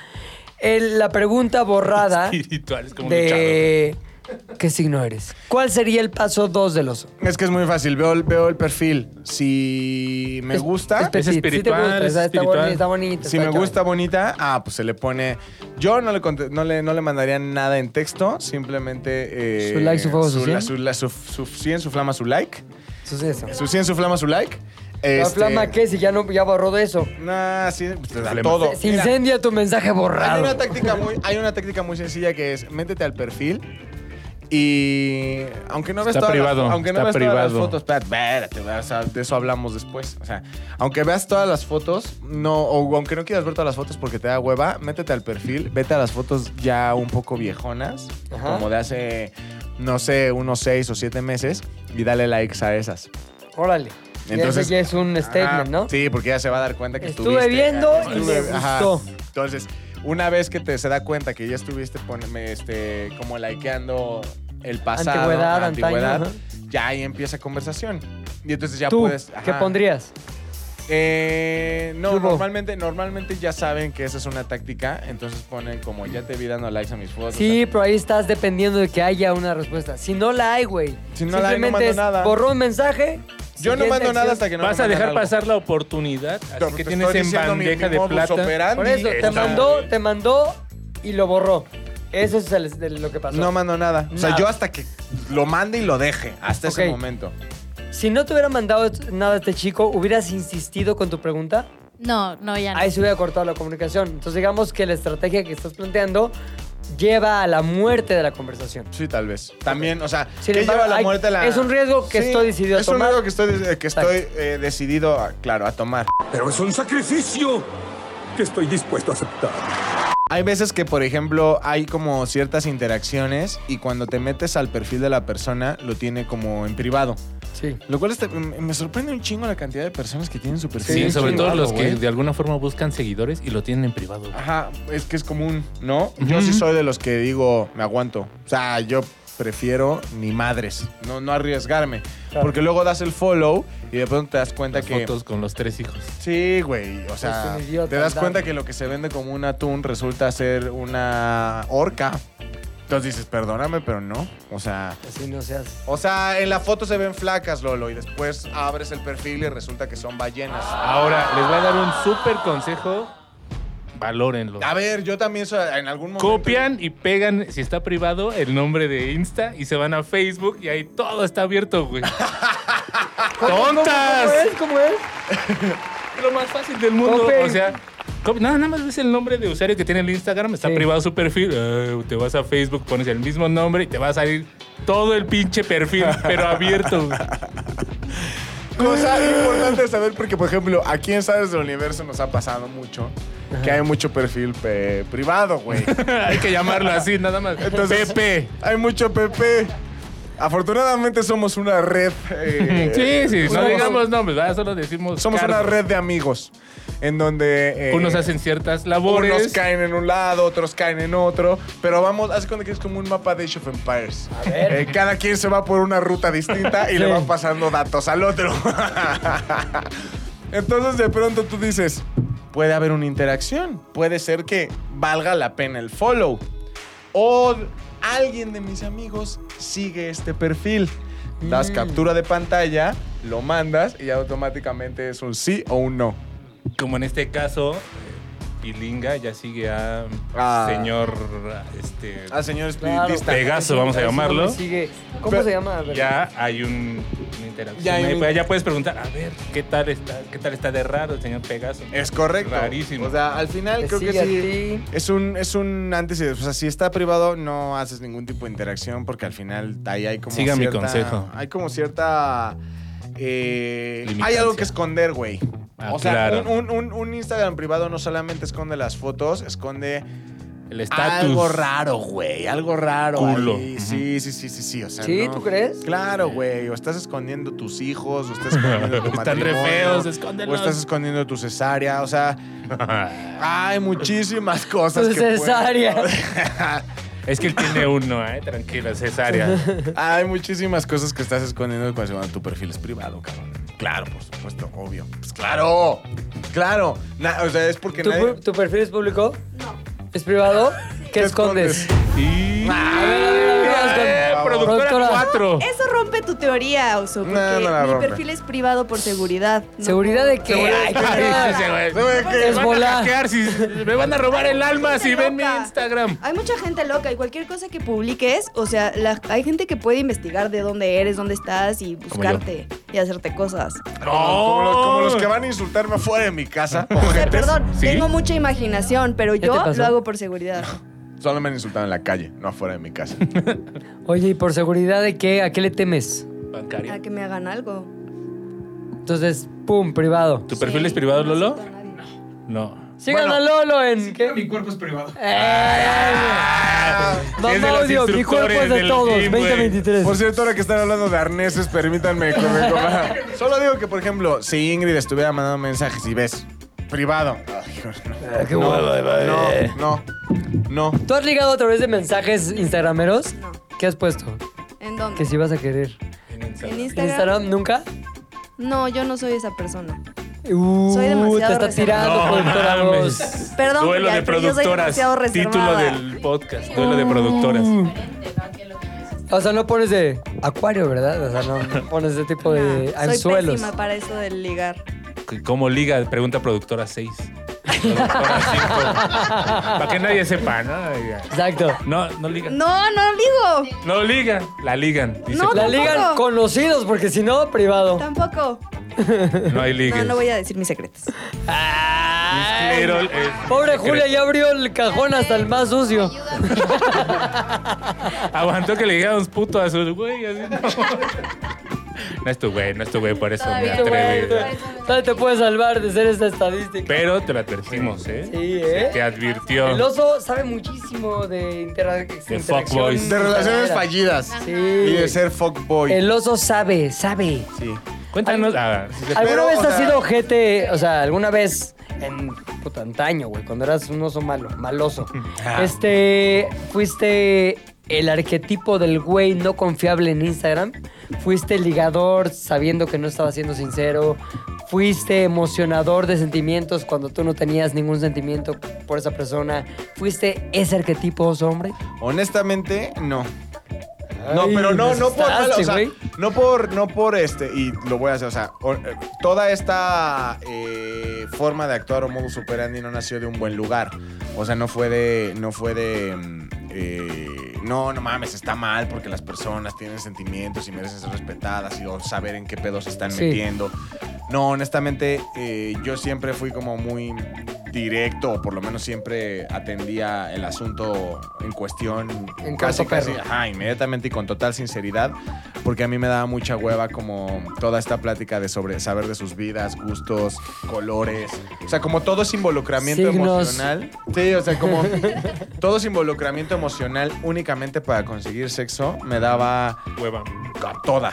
Speaker 3: el- la pregunta
Speaker 4: Ah.
Speaker 3: borrada
Speaker 2: espirituales como luchador.
Speaker 3: de ¿qué signo eres? ¿Cuál sería el paso 2 del oso?
Speaker 4: Es que es muy fácil. Veo, el- veo el perfil. Si me
Speaker 3: Es-
Speaker 4: gusta.
Speaker 3: pe-
Speaker 2: Es
Speaker 3: sí, sí te
Speaker 2: espiritual,
Speaker 3: gusta,
Speaker 2: es
Speaker 3: o sea, está boni-
Speaker 2: espiritual.
Speaker 3: Está bonita.
Speaker 4: Si
Speaker 3: está
Speaker 4: me
Speaker 3: chava.
Speaker 4: gusta bonita, ah, pues se le pone. Yo no le, conte- no le, no le mandaría nada en texto, simplemente. eh,
Speaker 3: Su like, su fuego, su
Speaker 4: la-
Speaker 3: cien.
Speaker 4: la- su, su, cien, su flama, su like.
Speaker 3: Eso es eso.
Speaker 4: Su 100, su flama, su like.
Speaker 3: ¿La
Speaker 4: Este,
Speaker 3: flama qué? Si ya, no, ya borró de eso.
Speaker 4: Nah, sí, pues, te da
Speaker 2: Flema.
Speaker 4: todo.
Speaker 3: Se
Speaker 4: Mira,
Speaker 3: incendia tu mensaje
Speaker 4: hay,
Speaker 3: borrado.
Speaker 4: una táctica muy, hay una táctica muy sencilla que es métete al perfil y aunque no veas
Speaker 2: Está
Speaker 4: todas
Speaker 2: privado,
Speaker 4: las, aunque no
Speaker 2: está
Speaker 4: veas todas las
Speaker 2: privado.
Speaker 4: fotos, espérate, espérate, o sea, de eso hablamos después. O sea, aunque veas todas las fotos, no, o aunque no quieras ver todas las fotos porque te da hueva, métete al perfil, vete a las fotos ya un poco viejonas,
Speaker 3: Ajá.
Speaker 4: como de hace, no sé, unos seis o siete meses, y dale likes a esas.
Speaker 3: Órale. Entonces
Speaker 4: Entonces-
Speaker 3: ya es un
Speaker 4: Ajá,
Speaker 3: statement, ¿no?
Speaker 4: Ah, Sí, porque ya se va a dar cuenta que
Speaker 3: Estuve
Speaker 4: estuviste.
Speaker 3: viendo
Speaker 4: Ah,
Speaker 3: y me
Speaker 4: ajá.
Speaker 3: gustó.
Speaker 4: Entonces, una vez que te se da cuenta que ya estuviste ponme, este, como likeando el pasado,
Speaker 3: Antigüedad, antaño,
Speaker 4: ya ahí empieza conversación. Y entonces ya
Speaker 3: ¿Tú
Speaker 4: puedes.
Speaker 3: qué
Speaker 4: ajá. Pues,
Speaker 3: pondrías?
Speaker 4: Eh,
Speaker 3: ¿Qué
Speaker 4: no,
Speaker 3: hubo?
Speaker 4: normalmente, normalmente ya saben que esa es una táctica. Entonces ponen como ya te vi dando likes a mis fotos.
Speaker 3: Sí, pero ahí estás dependiendo de que haya una respuesta. Si no la hay, güey.
Speaker 4: Si no la hay, no mando
Speaker 3: es
Speaker 4: nada.
Speaker 3: Borró un mensaje.
Speaker 4: Yo no
Speaker 3: siguiente
Speaker 4: mando nada
Speaker 3: acción.
Speaker 4: hasta que no
Speaker 2: Vas a
Speaker 4: me mandan
Speaker 2: dejar
Speaker 4: algo.
Speaker 2: pasar la oportunidad.
Speaker 4: Pero
Speaker 2: Así
Speaker 4: te
Speaker 2: que
Speaker 4: estoy
Speaker 2: tienes en
Speaker 4: diciendo mi-
Speaker 2: bandeja
Speaker 4: mi
Speaker 2: de
Speaker 4: modus
Speaker 2: plata.
Speaker 4: operandi.
Speaker 3: Por eso, te
Speaker 2: Está
Speaker 3: mandó, te mandó y lo borró. Eso es el- de lo que pasó.
Speaker 4: No mando nada. O sea,
Speaker 3: Nada.
Speaker 4: yo hasta que lo mande y lo deje. Hasta
Speaker 3: Ok.
Speaker 4: ese momento.
Speaker 3: si no te hubiera mandado nada este chico, ¿hubieras insistido con tu pregunta?
Speaker 5: No, no, ya no.
Speaker 3: Ahí se hubiera cortado la comunicación. Entonces, digamos que la estrategia que estás planteando lleva a la muerte de la conversación.
Speaker 4: Sí, tal vez. También, o sea,
Speaker 3: Sin
Speaker 4: ¿qué
Speaker 3: embargo,
Speaker 4: lleva la
Speaker 3: hay-
Speaker 4: muerte a la...
Speaker 3: es un riesgo que estoy decidido a
Speaker 4: es
Speaker 3: tomar.
Speaker 4: un riesgo que estoy, eh, que
Speaker 3: Exacto.
Speaker 4: estoy eh, decidido, a- claro, a tomar.
Speaker 7: Pero es un sacrificio que estoy dispuesto a aceptar.
Speaker 4: Hay veces que, por ejemplo, hay como ciertas interacciones y cuando te metes al perfil de la persona, lo tiene como en privado.
Speaker 3: Sí.
Speaker 4: Lo cual este- me me sorprende un chingo la cantidad de personas que tienen su perfil.
Speaker 2: Sí,
Speaker 4: en
Speaker 2: sobre todo
Speaker 4: privado,
Speaker 2: los que
Speaker 4: güey.
Speaker 2: de alguna forma buscan seguidores y lo tienen en privado. güey.
Speaker 4: Ajá, es que es común, ¿no? Yo sí
Speaker 2: Ujú.
Speaker 4: soy de los que digo, me aguanto. O sea, yo prefiero ni madres, no, no arriesgarme. Porque luego das el follow y de pronto te das cuenta
Speaker 2: Las
Speaker 4: que...
Speaker 2: fotos con los tres hijos.
Speaker 4: Sí, güey. O sea,
Speaker 3: un idiota
Speaker 4: te das
Speaker 3: andando.
Speaker 4: cuenta que lo que se vende como un atún resulta ser una orca. Entonces dices, perdóname, pero no. O sea,
Speaker 3: Así no seas.
Speaker 4: o sea, en la foto se ven flacas, Lolo, y después abres el perfil y resulta que son ballenas.
Speaker 2: Ahora, les voy a dar un súper consejo. Valórenlo.
Speaker 4: A ver, yo también soy- en algún Ah, momento.
Speaker 2: Copian y pegan, si está privado, el nombre de Insta y se van a Facebook y ahí todo está abierto, güey.
Speaker 3: ¿Cómo
Speaker 2: ¡Tontas!
Speaker 3: es? ¿Cómo es?
Speaker 2: Lo más fácil del mundo.
Speaker 3: Copien.
Speaker 2: O sea, cop- nada, nada más ves el nombre de usuario que tiene el Instagram, está
Speaker 3: Sí.
Speaker 2: privado su perfil. eh, te vas a Facebook, pones el mismo nombre y te va a salir todo el pinche perfil, pero abierto. güey.
Speaker 4: Cosa importante de saber, porque, por ejemplo, aquí en Sabes del Universo nos ha pasado mucho que hay mucho perfil pe- privado, güey.
Speaker 2: Hay que llamarlo así, nada más.
Speaker 4: Entonces-
Speaker 2: Pepe.
Speaker 4: hay mucho PP. Afortunadamente somos una red. eh,
Speaker 2: Sí, sí, no
Speaker 4: somos-
Speaker 2: digamos nombres, ¿verdad? solo decimos.
Speaker 4: Somos
Speaker 2: cargos.
Speaker 4: una red de amigos en donde eh,
Speaker 2: Unos hacen ciertas labores.
Speaker 4: unos caen en un lado, otros caen en otro, pero vamos, hace cuenta que es como un mapa de Age of Empires. Eh, cada quien se va por una ruta distinta y le van pasando datos al otro. Entonces de pronto tú dices, puede haber una interacción, puede ser que valga la pena el follow o alguien de mis amigos sigue este perfil. Das captura de pantalla, lo mandas y automáticamente es un sí o un no.
Speaker 2: como en este caso, eh, Pilinga, ya sigue a
Speaker 4: Ah.
Speaker 2: señor este
Speaker 4: Al Ah, señor
Speaker 3: Claro.
Speaker 4: espiritista.
Speaker 2: Pegaso, vamos a
Speaker 3: Eso no me
Speaker 2: llamarlo.
Speaker 3: sigue. ¿Cómo
Speaker 4: Pero
Speaker 3: se llama? A ver.
Speaker 2: Ya hay un, una interacción.
Speaker 4: Ya
Speaker 2: Ya,
Speaker 4: hay un-
Speaker 2: ya puedes preguntar, a ver, ¿qué tal está, qué tal está de raro el señor Pegaso?
Speaker 4: Es correcto.
Speaker 2: Rarísimo.
Speaker 4: O sea, al final
Speaker 3: Te
Speaker 4: creo que
Speaker 3: sigue a
Speaker 4: sí.
Speaker 3: ti.
Speaker 4: Es un, es un antes y después. O sea, si está privado, no haces ningún tipo de interacción porque al final ahí hay como.
Speaker 2: Siga mi
Speaker 4: cierta-
Speaker 2: consejo.
Speaker 4: Hay como cierta. eh, hay
Speaker 2: Limitancia.
Speaker 4: algo que esconder, güey.
Speaker 2: Ah,
Speaker 4: o sea,
Speaker 2: claro.
Speaker 4: un, un- un- un Instagram privado no solamente esconde las fotos, esconde
Speaker 2: el estatus.
Speaker 4: algo raro, güey. Algo raro.
Speaker 2: Culo.
Speaker 4: ahí.
Speaker 2: Ujú.
Speaker 4: Sí, sí, sí, sí, sí.
Speaker 2: Ah,
Speaker 4: O sea,
Speaker 3: ¿Sí?
Speaker 4: no.
Speaker 3: ¿Tú crees?
Speaker 4: Claro, güey. O estás escondiendo tus hijos, o estás escondiendo tu
Speaker 2: Están re
Speaker 4: matrimonio,
Speaker 2: feos,
Speaker 4: O
Speaker 2: escóndelos.
Speaker 4: estás escondiendo tu cesárea. O sea, hay muchísimas cosas.
Speaker 3: Tu
Speaker 4: que pueden-
Speaker 3: cesárea.
Speaker 2: Es que él tiene uno, eh, tranquila, cesárea.
Speaker 4: hay muchísimas cosas que estás escondiendo cuando tu perfil es privado, cabrón. Claro, por supuesto, obvio. Pues claro, claro. Na- o sea, es porque
Speaker 3: ¿Tu,
Speaker 4: nadie...
Speaker 3: pu- tu perfil es público? No. ¿Es privado? ¿Qué, escondes?
Speaker 2: Y
Speaker 3: A ver, a ver, a ver, vamos con-
Speaker 2: Eh, productora
Speaker 3: Productora.
Speaker 2: 4.
Speaker 9: Eso rompe tu teoría, Oso, porque
Speaker 4: No, no la
Speaker 9: mi
Speaker 4: rompe.
Speaker 9: perfil es privado por seguridad. no
Speaker 3: ¿Seguridad
Speaker 9: por-
Speaker 3: de qué? Ay, qué-
Speaker 4: ¿Qué?
Speaker 3: Es volar.
Speaker 2: me van a robar el alma si
Speaker 9: Gente
Speaker 2: ven mi
Speaker 9: loca.
Speaker 2: Instagram.
Speaker 9: Hay mucha gente loca y cualquier cosa que publiques, o sea, la- hay gente que puede investigar de dónde eres, dónde estás y buscarte y hacerte cosas.
Speaker 4: Como, los, como los que
Speaker 2: van
Speaker 4: van a insultarme afuera de mi casa.
Speaker 9: O sea, perdón,
Speaker 2: ¿Sí?
Speaker 9: tengo mucha imaginación, pero
Speaker 3: ¿Qué
Speaker 9: yo
Speaker 3: te pasó?
Speaker 9: lo hago por seguridad.
Speaker 4: Solo me han insultado en la calle, no afuera de mi casa.
Speaker 3: Oye, ¿y por seguridad de qué? ¿A qué le temes?
Speaker 9: A
Speaker 2: Bancaria.
Speaker 9: que me hagan algo.
Speaker 3: Entonces, pum, privado.
Speaker 2: ¿Tu perfil es privado, Lolo? No.
Speaker 3: Sigan a Lolo en... ¿qué?
Speaker 7: Mi cuerpo es privado.
Speaker 3: Ay, ay, ay.
Speaker 2: Es de
Speaker 3: Mamá
Speaker 2: los
Speaker 3: audio, mi cuerpo es
Speaker 2: instructores
Speaker 3: de
Speaker 2: del
Speaker 3: todos,
Speaker 2: gym, güey. Pues,
Speaker 3: 2023.
Speaker 4: Por cierto, ahora que están hablando de arneses, permítanme que me coma. Solo digo que, por ejemplo, si Ingrid estuviera mandando mensajes y ves privado. Ay,
Speaker 3: Ah, qué hueva,
Speaker 4: no, no, no.
Speaker 3: ¿Tú has ligado a través de mensajes instagrameros?
Speaker 9: No.
Speaker 3: ¿Qué has puesto?
Speaker 9: ¿En dónde?
Speaker 3: Que si vas a querer.
Speaker 2: En Instagram.
Speaker 9: ¿En Instagram?
Speaker 3: ¿Instagram nunca?
Speaker 9: No, yo no soy esa persona.
Speaker 3: Uh,
Speaker 9: Soy demasiado
Speaker 3: te está
Speaker 9: reservada.
Speaker 3: tirando
Speaker 2: No
Speaker 3: productora
Speaker 2: mames.
Speaker 3: voz.
Speaker 9: Perdón,
Speaker 2: Duelo de
Speaker 9: Julián, pero yo soy
Speaker 2: productoras.
Speaker 9: demasiado
Speaker 2: Título
Speaker 9: reservada.
Speaker 2: del podcast. Duelo de productoras.
Speaker 3: Mm. O sea, no pones de acuario, ¿verdad? O sea, no pones ese tipo
Speaker 4: Pues,
Speaker 3: de
Speaker 9: Ah, soy
Speaker 3: anzuelos.
Speaker 9: pésima para eso del ligar.
Speaker 2: ¿Cómo liga? Pregunta productora 6. Productora 5. Para que nadie sepa, ¿no?
Speaker 3: Exacto.
Speaker 2: No, no liga. No,
Speaker 9: No, no digo.
Speaker 2: liga. La ligan. Dice,
Speaker 9: No,
Speaker 3: La
Speaker 9: tampoco.
Speaker 3: ligan conocidos, porque si no, privado.
Speaker 9: Tampoco.
Speaker 2: no hay liga.
Speaker 9: No, no voy a decir mis secretos.
Speaker 3: Ay, Pobre Julia ya abrió el cajón hasta el más sucio.
Speaker 2: Aguantó que le digamos puto a sus güey. Así, no. no es tu güey, no es tu güey, por eso me
Speaker 5: Todavía no.
Speaker 2: atreví.
Speaker 3: Nadie te puede salvar de ser esta estadística.
Speaker 2: Pero te lo advertimos, ¿eh?
Speaker 3: Sí, ¿eh?
Speaker 2: Te advirtió.
Speaker 3: El oso sabe muchísimo de, intera interacción.
Speaker 2: fuckboys.
Speaker 4: De relaciones fallidas.
Speaker 3: Sí.
Speaker 4: Y de ser fuckboy.
Speaker 3: El oso sabe, sabe.
Speaker 2: Cuéntanos. Ah, sí, sí.
Speaker 3: ¿Alguna
Speaker 4: Pero,
Speaker 3: vez
Speaker 4: o
Speaker 3: has
Speaker 4: sea-
Speaker 3: sido ojete? O sea, alguna vez en puta antaño, güey, cuando eras un oso malo, maloso.
Speaker 4: Ah.
Speaker 3: Este, fuiste el arquetipo del güey no confiable en Instagram. Fuiste el ligador sabiendo que no estaba siendo sincero. Fuiste emocionador de sentimientos cuando tú no tenías ningún sentimiento por esa persona. Fuiste ese arquetipo oso hombre.
Speaker 4: Honestamente, no. No,
Speaker 3: Ay,
Speaker 4: pero no,
Speaker 3: me
Speaker 4: no por mala, o
Speaker 3: asustaste,
Speaker 4: sea,
Speaker 3: güey.
Speaker 4: no por, no por este, y lo voy a hacer, o sea, o- eh, toda esta eh, forma de actuar o modus operandi no nació de un buen lugar. O sea, no fue de, no fue de, mm, eh, no, no mames, está mal porque las personas tienen sentimientos y merecen ser respetadas y o saber en qué pedos se están
Speaker 3: Sí.
Speaker 4: metiendo. No, honestamente, eh, yo siempre fui como muy directo, o por lo menos siempre atendía el asunto en cuestión
Speaker 3: En
Speaker 4: casi,
Speaker 3: corto,
Speaker 4: casi,
Speaker 3: perro.
Speaker 4: ajá, inmediatamente y con total sinceridad, porque a mí me daba mucha hueva como toda esta plática de sobre saber de sus vidas, gustos, colores, o sea, como todo es involucramiento
Speaker 3: Signos.
Speaker 4: emocional. Sí, o sea, como todo es involucramiento emocional únicamente para conseguir sexo, me daba
Speaker 2: Hueva.
Speaker 4: a toda,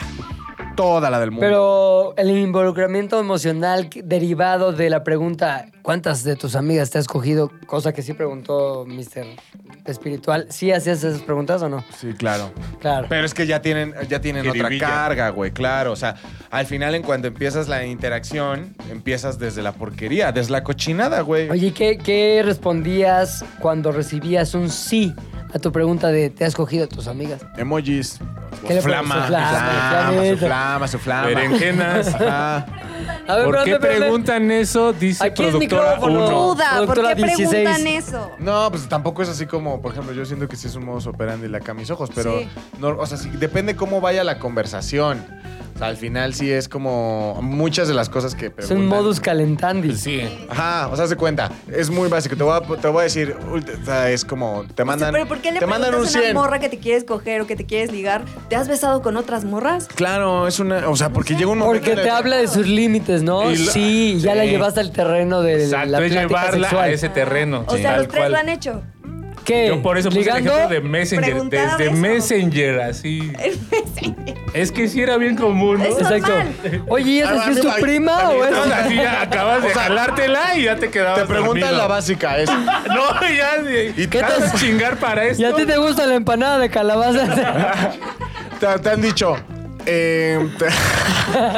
Speaker 4: toda la del mundo.
Speaker 3: Pero el involucramiento emocional que- derivado de la pregunta ¿cuántas de tus amigas te has cogido? Cosa que sí preguntó Mr. Espiritual. ¿Sí hacías esas preguntas o no?
Speaker 4: Sí, claro.
Speaker 3: Claro.
Speaker 4: Pero es que ya tienen, ya tienen otra
Speaker 2: Jiribilla.
Speaker 4: carga, güey, claro. O sea, al final, en cuanto empiezas la interacción, empiezas desde la porquería, desde la cochinada, güey.
Speaker 3: Oye, ¿qué, qué respondías cuando recibías un sí a tu pregunta de ¿te has cogido a tus amigas?
Speaker 4: Emojis.
Speaker 3: ¿Qué le pones? Su
Speaker 4: flama,
Speaker 3: flama,
Speaker 4: su flama,
Speaker 3: flamita.
Speaker 4: su flama, su
Speaker 3: Ah,
Speaker 4: flama.
Speaker 2: Berenjenas.
Speaker 4: Ajá.
Speaker 3: A ver,
Speaker 2: ¿Por qué
Speaker 3: espérate, espérate.
Speaker 2: preguntan eso? Dice
Speaker 3: Aquí el
Speaker 2: productora
Speaker 3: micrófono.
Speaker 2: uno.
Speaker 9: Duda, ¿por
Speaker 3: Productora
Speaker 9: qué
Speaker 3: 16.
Speaker 9: preguntan eso?
Speaker 4: No, pues tampoco es así como, por ejemplo, yo siento que sí es un modus operandi la acá mis ojos, pero
Speaker 9: Sí.
Speaker 4: no, o sea, sí, depende cómo vaya la conversación. O sea, al final sí es como muchas de las cosas que
Speaker 3: Es
Speaker 4: preguntan.
Speaker 3: un modus calentandi.
Speaker 2: Sí.
Speaker 4: Ajá, o sea, se cuenta. Es muy básico. Te voy a, te voy a decir, ult- o sea, es como, te mandan,
Speaker 9: ¿Pero por qué le
Speaker 4: te
Speaker 9: preguntas
Speaker 4: mandan un
Speaker 9: a una
Speaker 4: 100.
Speaker 9: morra que te quieres coger o que te quieres ligar? ¿Te has besado con otras morras?
Speaker 4: Claro, es una, o sea, porque llega un momento
Speaker 3: Porque
Speaker 4: en el
Speaker 3: te
Speaker 4: que-
Speaker 3: habla de sus límites, ¿no?
Speaker 2: Y lo-
Speaker 3: sí, ya
Speaker 2: Sí.
Speaker 3: la llevaste al terreno de la
Speaker 2: Exacto, es
Speaker 3: plática
Speaker 2: llevarla
Speaker 3: sexual.
Speaker 2: a ese terreno.
Speaker 9: O sea,
Speaker 2: tal
Speaker 9: los tres
Speaker 2: cual.
Speaker 9: lo han hecho.
Speaker 3: ¿Qué?
Speaker 2: Yo por eso puse el
Speaker 3: ¿Ligando?
Speaker 2: ejemplo de Messenger.
Speaker 9: Preguntar a
Speaker 2: Desde
Speaker 9: besos.
Speaker 2: Messenger, así. Es que sí era bien común, ¿no?
Speaker 9: Eso
Speaker 3: Exacto. Oye, ¿y
Speaker 2: Ah,
Speaker 3: esa sí es tu
Speaker 4: Ay,
Speaker 3: prima
Speaker 4: ay,
Speaker 3: o es...?
Speaker 2: Entonces, así ya acabas de jalártela y ya te quedabas
Speaker 4: Te preguntan
Speaker 2: dormido.
Speaker 4: la básica, es...
Speaker 2: No, ya. ¿Y
Speaker 4: te-
Speaker 2: te vas a chingar para esto?
Speaker 3: ¿Y a ti te gusta la empanada de calabaza?
Speaker 4: Te, te han dicho. eh,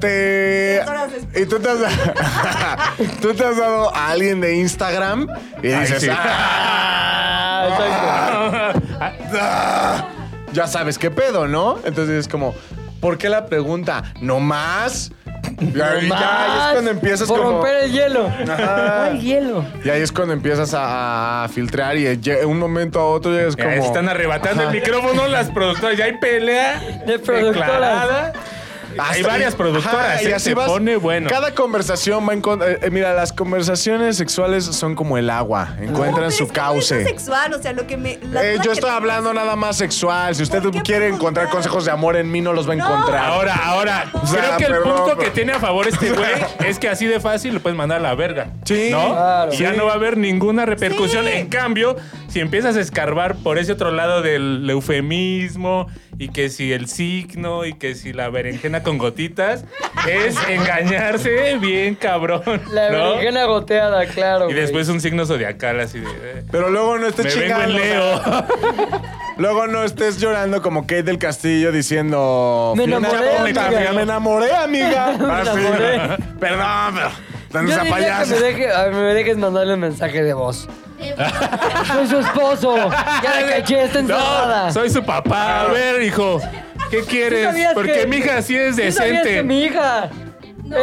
Speaker 4: te, te- y tú te, has, tú te has dado a alguien de Instagram y
Speaker 2: Ay,
Speaker 4: dices.
Speaker 2: sí.
Speaker 4: "Ah, ah, ah". ya sabes qué pedo, ¿no? Entonces es como, ¿por qué la pregunta? ¿No más? Y ahí ya, y es cuando empiezas
Speaker 3: Por
Speaker 4: como-
Speaker 3: romper el hielo.
Speaker 4: Ajá.
Speaker 3: el hielo.
Speaker 4: Y ahí es cuando empiezas a, a filtrar y de un momento a otro llegas como.
Speaker 2: Ya están arrebatando el micrófono las productoras. Ya hay pelea
Speaker 3: De productoras.
Speaker 2: declarada. hay
Speaker 4: Hasta-
Speaker 2: varias productoras.
Speaker 4: Ajá,
Speaker 2: ¿eh? se
Speaker 4: vas-
Speaker 2: pone bueno.
Speaker 4: Cada conversación va en con- eh, eh, mira, las conversaciones sexuales son como el agua. Encuentran
Speaker 9: Pero es
Speaker 4: su
Speaker 9: que no es
Speaker 4: cauce.
Speaker 9: sexual, o sea, lo que me... la
Speaker 4: Eh, yo
Speaker 9: duda que
Speaker 4: estoy
Speaker 9: tengo-
Speaker 4: hablando nada más sexual. Si usted
Speaker 9: ¿Por qué
Speaker 4: quiere
Speaker 9: preguntar?
Speaker 4: encontrar consejos de amor en mí, no los va a encontrar.
Speaker 2: Ahora, ahora,
Speaker 4: O sea,
Speaker 2: creo que el
Speaker 4: perdón,
Speaker 2: punto
Speaker 4: pero-
Speaker 2: que tiene a favor este güey es que así de fácil lo puedes mandar a la verga.
Speaker 4: Sí,
Speaker 2: ¿No?
Speaker 4: claro.
Speaker 2: Y ya
Speaker 4: Sí.
Speaker 2: no va a haber ninguna repercusión.
Speaker 9: Sí.
Speaker 2: En cambio, si empiezas a escarbar por ese otro lado del eufemismo y que si el signo y que si la berenjena con gotitas, es engañarse bien cabrón.
Speaker 3: La
Speaker 2: ¿no?
Speaker 3: berenjena goteada, claro.
Speaker 2: Y
Speaker 3: güey.
Speaker 2: después un signo zodiacal así de... eh,
Speaker 4: Pero luego no
Speaker 2: Me
Speaker 4: estés
Speaker 2: vengo
Speaker 4: chingando.
Speaker 2: en Leo.
Speaker 4: Luego no estés llorando como Kate del Castillo diciendo.
Speaker 3: Me
Speaker 4: "Fui una
Speaker 3: enamoré,
Speaker 4: tonta,
Speaker 3: amiga".
Speaker 4: Me enamoré, amiga. Ah, sí.
Speaker 3: enamoré.
Speaker 4: Perdón, pero. tan
Speaker 3: Yo
Speaker 4: esa
Speaker 3: diría que
Speaker 4: payasa.
Speaker 3: me, deje- a- me dejes mandarle un mensaje de voz. Soy su esposo. Ya la caché, está encerrada.
Speaker 2: No, soy su papá. A ver, hijo. ¿Qué quieres?
Speaker 3: sabías
Speaker 2: Porque
Speaker 3: que-
Speaker 2: mi hija sí es
Speaker 3: ¿Tú sabías que
Speaker 2: decente.
Speaker 3: mi hija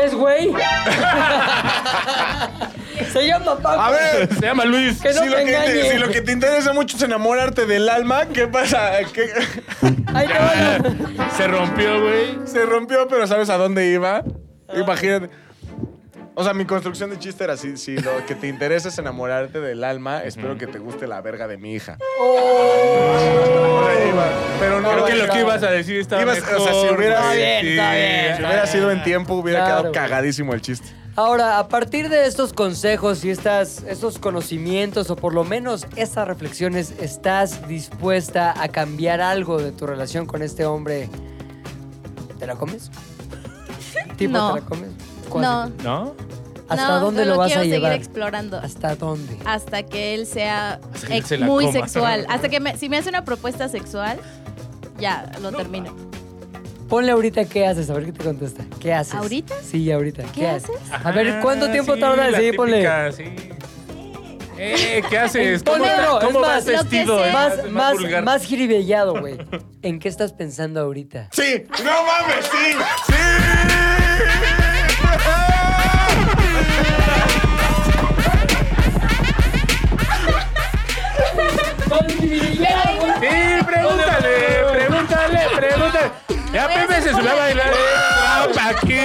Speaker 3: es güey? Se llama Paco.
Speaker 4: A ver,
Speaker 2: Se llama Luis.
Speaker 3: Que no
Speaker 4: si, lo
Speaker 3: te
Speaker 4: que te,
Speaker 3: engañe.
Speaker 4: si lo que te interesa mucho es enamorarte del alma, ¿qué pasa? ¿Qué-
Speaker 3: Ahí te va la-
Speaker 2: Se rompió, güey.
Speaker 4: Se rompió, pero ¿sabes a dónde iba?
Speaker 3: Ah.
Speaker 4: Imagínate. O sea, mi construcción de chiste era así. Si lo que te interesa es enamorarte del alma, espero que te guste la verga de mi hija.
Speaker 3: Oh.
Speaker 4: O sea, iba, pero no
Speaker 2: Creo que lo que
Speaker 4: iba-
Speaker 2: ibas a decir estaba
Speaker 4: Ibas- o sea,
Speaker 2: mejor.
Speaker 4: si hubiera-
Speaker 2: güey.
Speaker 4: Está
Speaker 3: bien, está bien,
Speaker 4: Eh, Si hubiera sido en tiempo, hubiera
Speaker 3: Claro,
Speaker 4: quedado
Speaker 3: güey.
Speaker 4: cagadísimo el chiste.
Speaker 3: Ahora, a partir de estos consejos y estas, estos conocimientos, o por lo menos estas reflexiones, ¿estás dispuesta a cambiar algo de tu relación con este hombre? ¿Te la comes? ¿Tipo
Speaker 5: No.
Speaker 3: te la comes? ¿Cuál?
Speaker 5: No,
Speaker 2: ¿No?
Speaker 3: ¿Hasta
Speaker 5: no,
Speaker 3: dónde
Speaker 5: solo
Speaker 3: lo vas
Speaker 5: quiero
Speaker 3: a
Speaker 5: seguir
Speaker 3: llevar?
Speaker 5: explorando.
Speaker 3: ¿Hasta dónde?
Speaker 5: hasta que él sea
Speaker 2: Hasta que él
Speaker 5: ex-
Speaker 2: se la
Speaker 5: muy
Speaker 2: coma.
Speaker 5: sexual. Hasta que me- si me hace una propuesta sexual, ya lo termino.
Speaker 3: Ponle ahorita qué haces, a ver qué te contesta. ¿Qué haces?
Speaker 5: ¿Ahorita?
Speaker 3: Sí, ahorita. ¿Qué,
Speaker 5: ¿Qué
Speaker 3: haces?
Speaker 5: haces?
Speaker 3: A ver, ¿cuánto
Speaker 2: Ah,
Speaker 3: tiempo
Speaker 2: sí,
Speaker 3: tarda en
Speaker 2: la
Speaker 3: seguir? Ponle.
Speaker 2: típica, sí. Eh, ¿qué haces? ¿Cómo,
Speaker 3: Ponle otro,
Speaker 2: cómo
Speaker 3: es
Speaker 2: vas
Speaker 3: más,
Speaker 5: lo que
Speaker 2: vestido?
Speaker 5: sea.
Speaker 2: eh?
Speaker 3: Más, más,
Speaker 2: vulgar.
Speaker 3: más jiribillado, güey. ¿En qué estás pensando ahorita?
Speaker 4: ¡Sí! ¡No mames! ¡Sí! ¡Sí!
Speaker 2: Sí, pregúntale, pregúntale, pregúntale. Ya Pepe se subió a bailar. eh. Trapa
Speaker 3: Ah,
Speaker 2: aquí.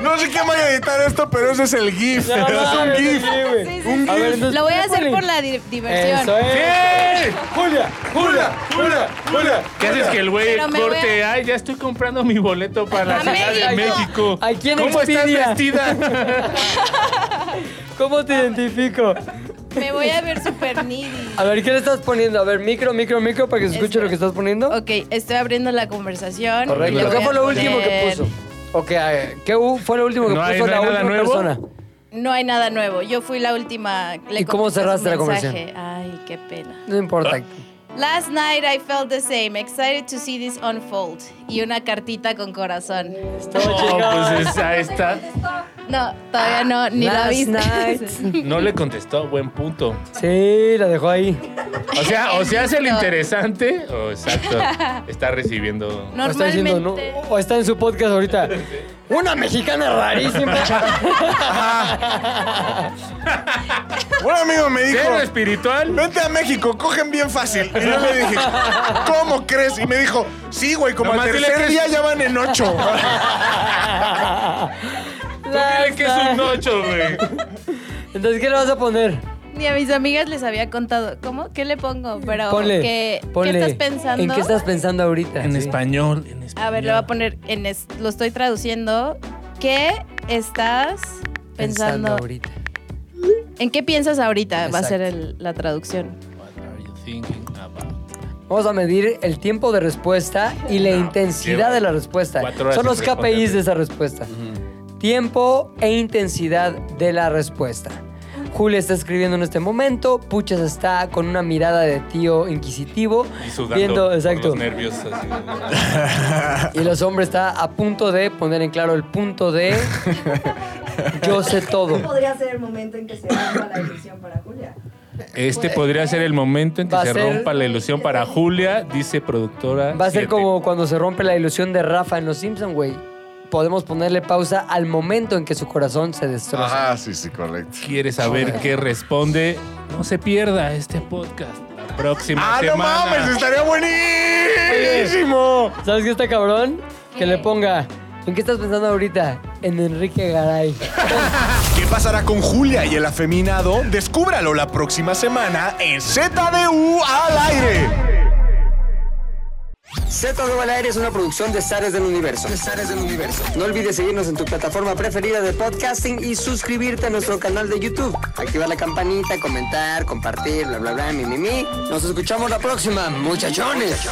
Speaker 4: No sé quién vaya a editar esto, pero ese es el GIF. es un GIF.
Speaker 3: A ver, entonces,
Speaker 5: Lo voy a hacer
Speaker 3: ponle.
Speaker 5: por la di- diversión.
Speaker 3: Eso es.
Speaker 2: ¡Sí!
Speaker 4: ¡Julia! ¡Julia! ¡Julia! ¡Julia!
Speaker 2: ¿Qué haces que el güey
Speaker 5: Pero me voy
Speaker 2: corte? Ay, ya estoy comprando mi boleto para la
Speaker 5: A
Speaker 2: Ciudad de
Speaker 5: México.
Speaker 2: México.
Speaker 3: Aquí en
Speaker 2: ¿Cómo estás
Speaker 3: Expedia.
Speaker 2: vestida?
Speaker 3: ¿Cómo te identifico?
Speaker 5: Me voy a ver super needy.
Speaker 3: A ver, ¿qué le estás poniendo? A ver, micro, micro, micro, para que se escuche
Speaker 5: Espera.
Speaker 3: lo que estás poniendo.
Speaker 5: Este. Ok, estoy abriendo la conversación.
Speaker 3: Correcto.
Speaker 5: Le
Speaker 3: ¿Qué
Speaker 5: voy a
Speaker 3: fue lo último que
Speaker 5: poner-
Speaker 3: puso? Ok, a ver, ¿qué hu- fue lo último que
Speaker 2: No
Speaker 3: puso
Speaker 2: hay- no
Speaker 3: la
Speaker 2: hay nada
Speaker 3: última
Speaker 2: nuevo.
Speaker 3: persona?
Speaker 5: No hay nada nuevo. Yo fui la última. Le
Speaker 3: ¿Y cómo
Speaker 5: contesté su
Speaker 3: cerraste la
Speaker 5: mensaje. Ay, qué pena.
Speaker 3: No importa.
Speaker 2: Ah.
Speaker 5: Last night I felt the same. Excited to see this unfold. Y una cartita con corazón.
Speaker 2: No, pues esa está.
Speaker 5: No, todavía no, ni la
Speaker 3: Last
Speaker 5: viste.
Speaker 3: night.
Speaker 2: No le contestó, buen punto.
Speaker 3: Sí, la dejó ahí.
Speaker 2: O sea, o se hace el
Speaker 5: Listo.
Speaker 2: interesante o exacto. Está recibiendo.
Speaker 3: O está diciendo, ¿no?
Speaker 5: Normalmente.
Speaker 3: O está en su podcast ahorita. Una mexicana rarísima.
Speaker 4: Un amigo me dijo,
Speaker 2: Cero espiritual.
Speaker 4: vente a México, cogen bien fácil. Y yo le dije, ¿cómo crees? Y me dijo, sí, güey, como
Speaker 2: Nomás
Speaker 4: al
Speaker 2: dile
Speaker 4: tercer
Speaker 2: que-
Speaker 4: día ya van en ocho.
Speaker 2: Dile que es un ocho, güey.
Speaker 3: Entonces, ¿qué le vas a poner?
Speaker 5: Ni a mis amigas les había contado. ¿Cómo? ¿Qué le pongo? Pero
Speaker 3: Ponle.
Speaker 5: ¿qué, qué
Speaker 3: ponle.
Speaker 5: estás pensando?
Speaker 3: ¿En qué estás pensando ahorita?
Speaker 2: En
Speaker 3: Sí.
Speaker 2: español, en español.
Speaker 5: A ver, le voy a poner en es- lo estoy traduciendo. ¿Qué estás pensando?
Speaker 3: ahorita.
Speaker 5: ¿En qué piensas ahorita? Va a
Speaker 3: Exacto.
Speaker 5: ser el- la traducción.
Speaker 2: What are you thinking about?
Speaker 3: Vamos a medir el tiempo de respuesta y la
Speaker 2: No,
Speaker 3: intensidad
Speaker 2: lleva
Speaker 3: de la respuesta.
Speaker 2: cuatro horas
Speaker 3: Son los
Speaker 2: sin
Speaker 3: KPIs
Speaker 2: responder.
Speaker 3: de esa respuesta. Tiempo e intensidad de la respuesta. Julia está escribiendo en este momento, Puchas está con una mirada de tío inquisitivo,
Speaker 2: Y sudando
Speaker 3: viendo,
Speaker 2: por
Speaker 3: exacto,
Speaker 2: los nervios así.
Speaker 3: y los hombres está a punto de poner en claro el punto de yo sé todo.
Speaker 9: podría ser el momento en que se rompa la ilusión para Julia.
Speaker 2: Este podría ser el momento en que
Speaker 3: Va a
Speaker 2: se
Speaker 3: ser-
Speaker 2: rompa la ilusión para Julia, dice productora.
Speaker 3: Va a ser
Speaker 2: siete.
Speaker 3: como cuando se rompe la ilusión de Rafa en Los Simpson, güey. Podemos ponerle pausa al momento en que su corazón se destroza.
Speaker 4: Ah, sí, sí, correcto.
Speaker 2: Quiere saber qué responde. No se pierda este podcast. La próxima
Speaker 4: ¡Ah, no
Speaker 2: semana.
Speaker 4: mames! ¡Estaría buenísimo!
Speaker 3: ¿Sabes qué está cabrón? Que le ponga. ¿En qué estás pensando ahorita? En Enrique Garay.
Speaker 4: ¿Qué pasará con Julia y el afeminado? Descúbralo la próxima semana en ZDU al aire.
Speaker 1: Z2 al aire es una producción de Zares del Universo. del Universo. No olvides seguirnos en tu plataforma preferida de podcasting y suscribirte a nuestro canal de YouTube. Activar la campanita, comentar, compartir, bla, bla, bla, mi, mi, mi. Nos escuchamos la próxima, muchachones.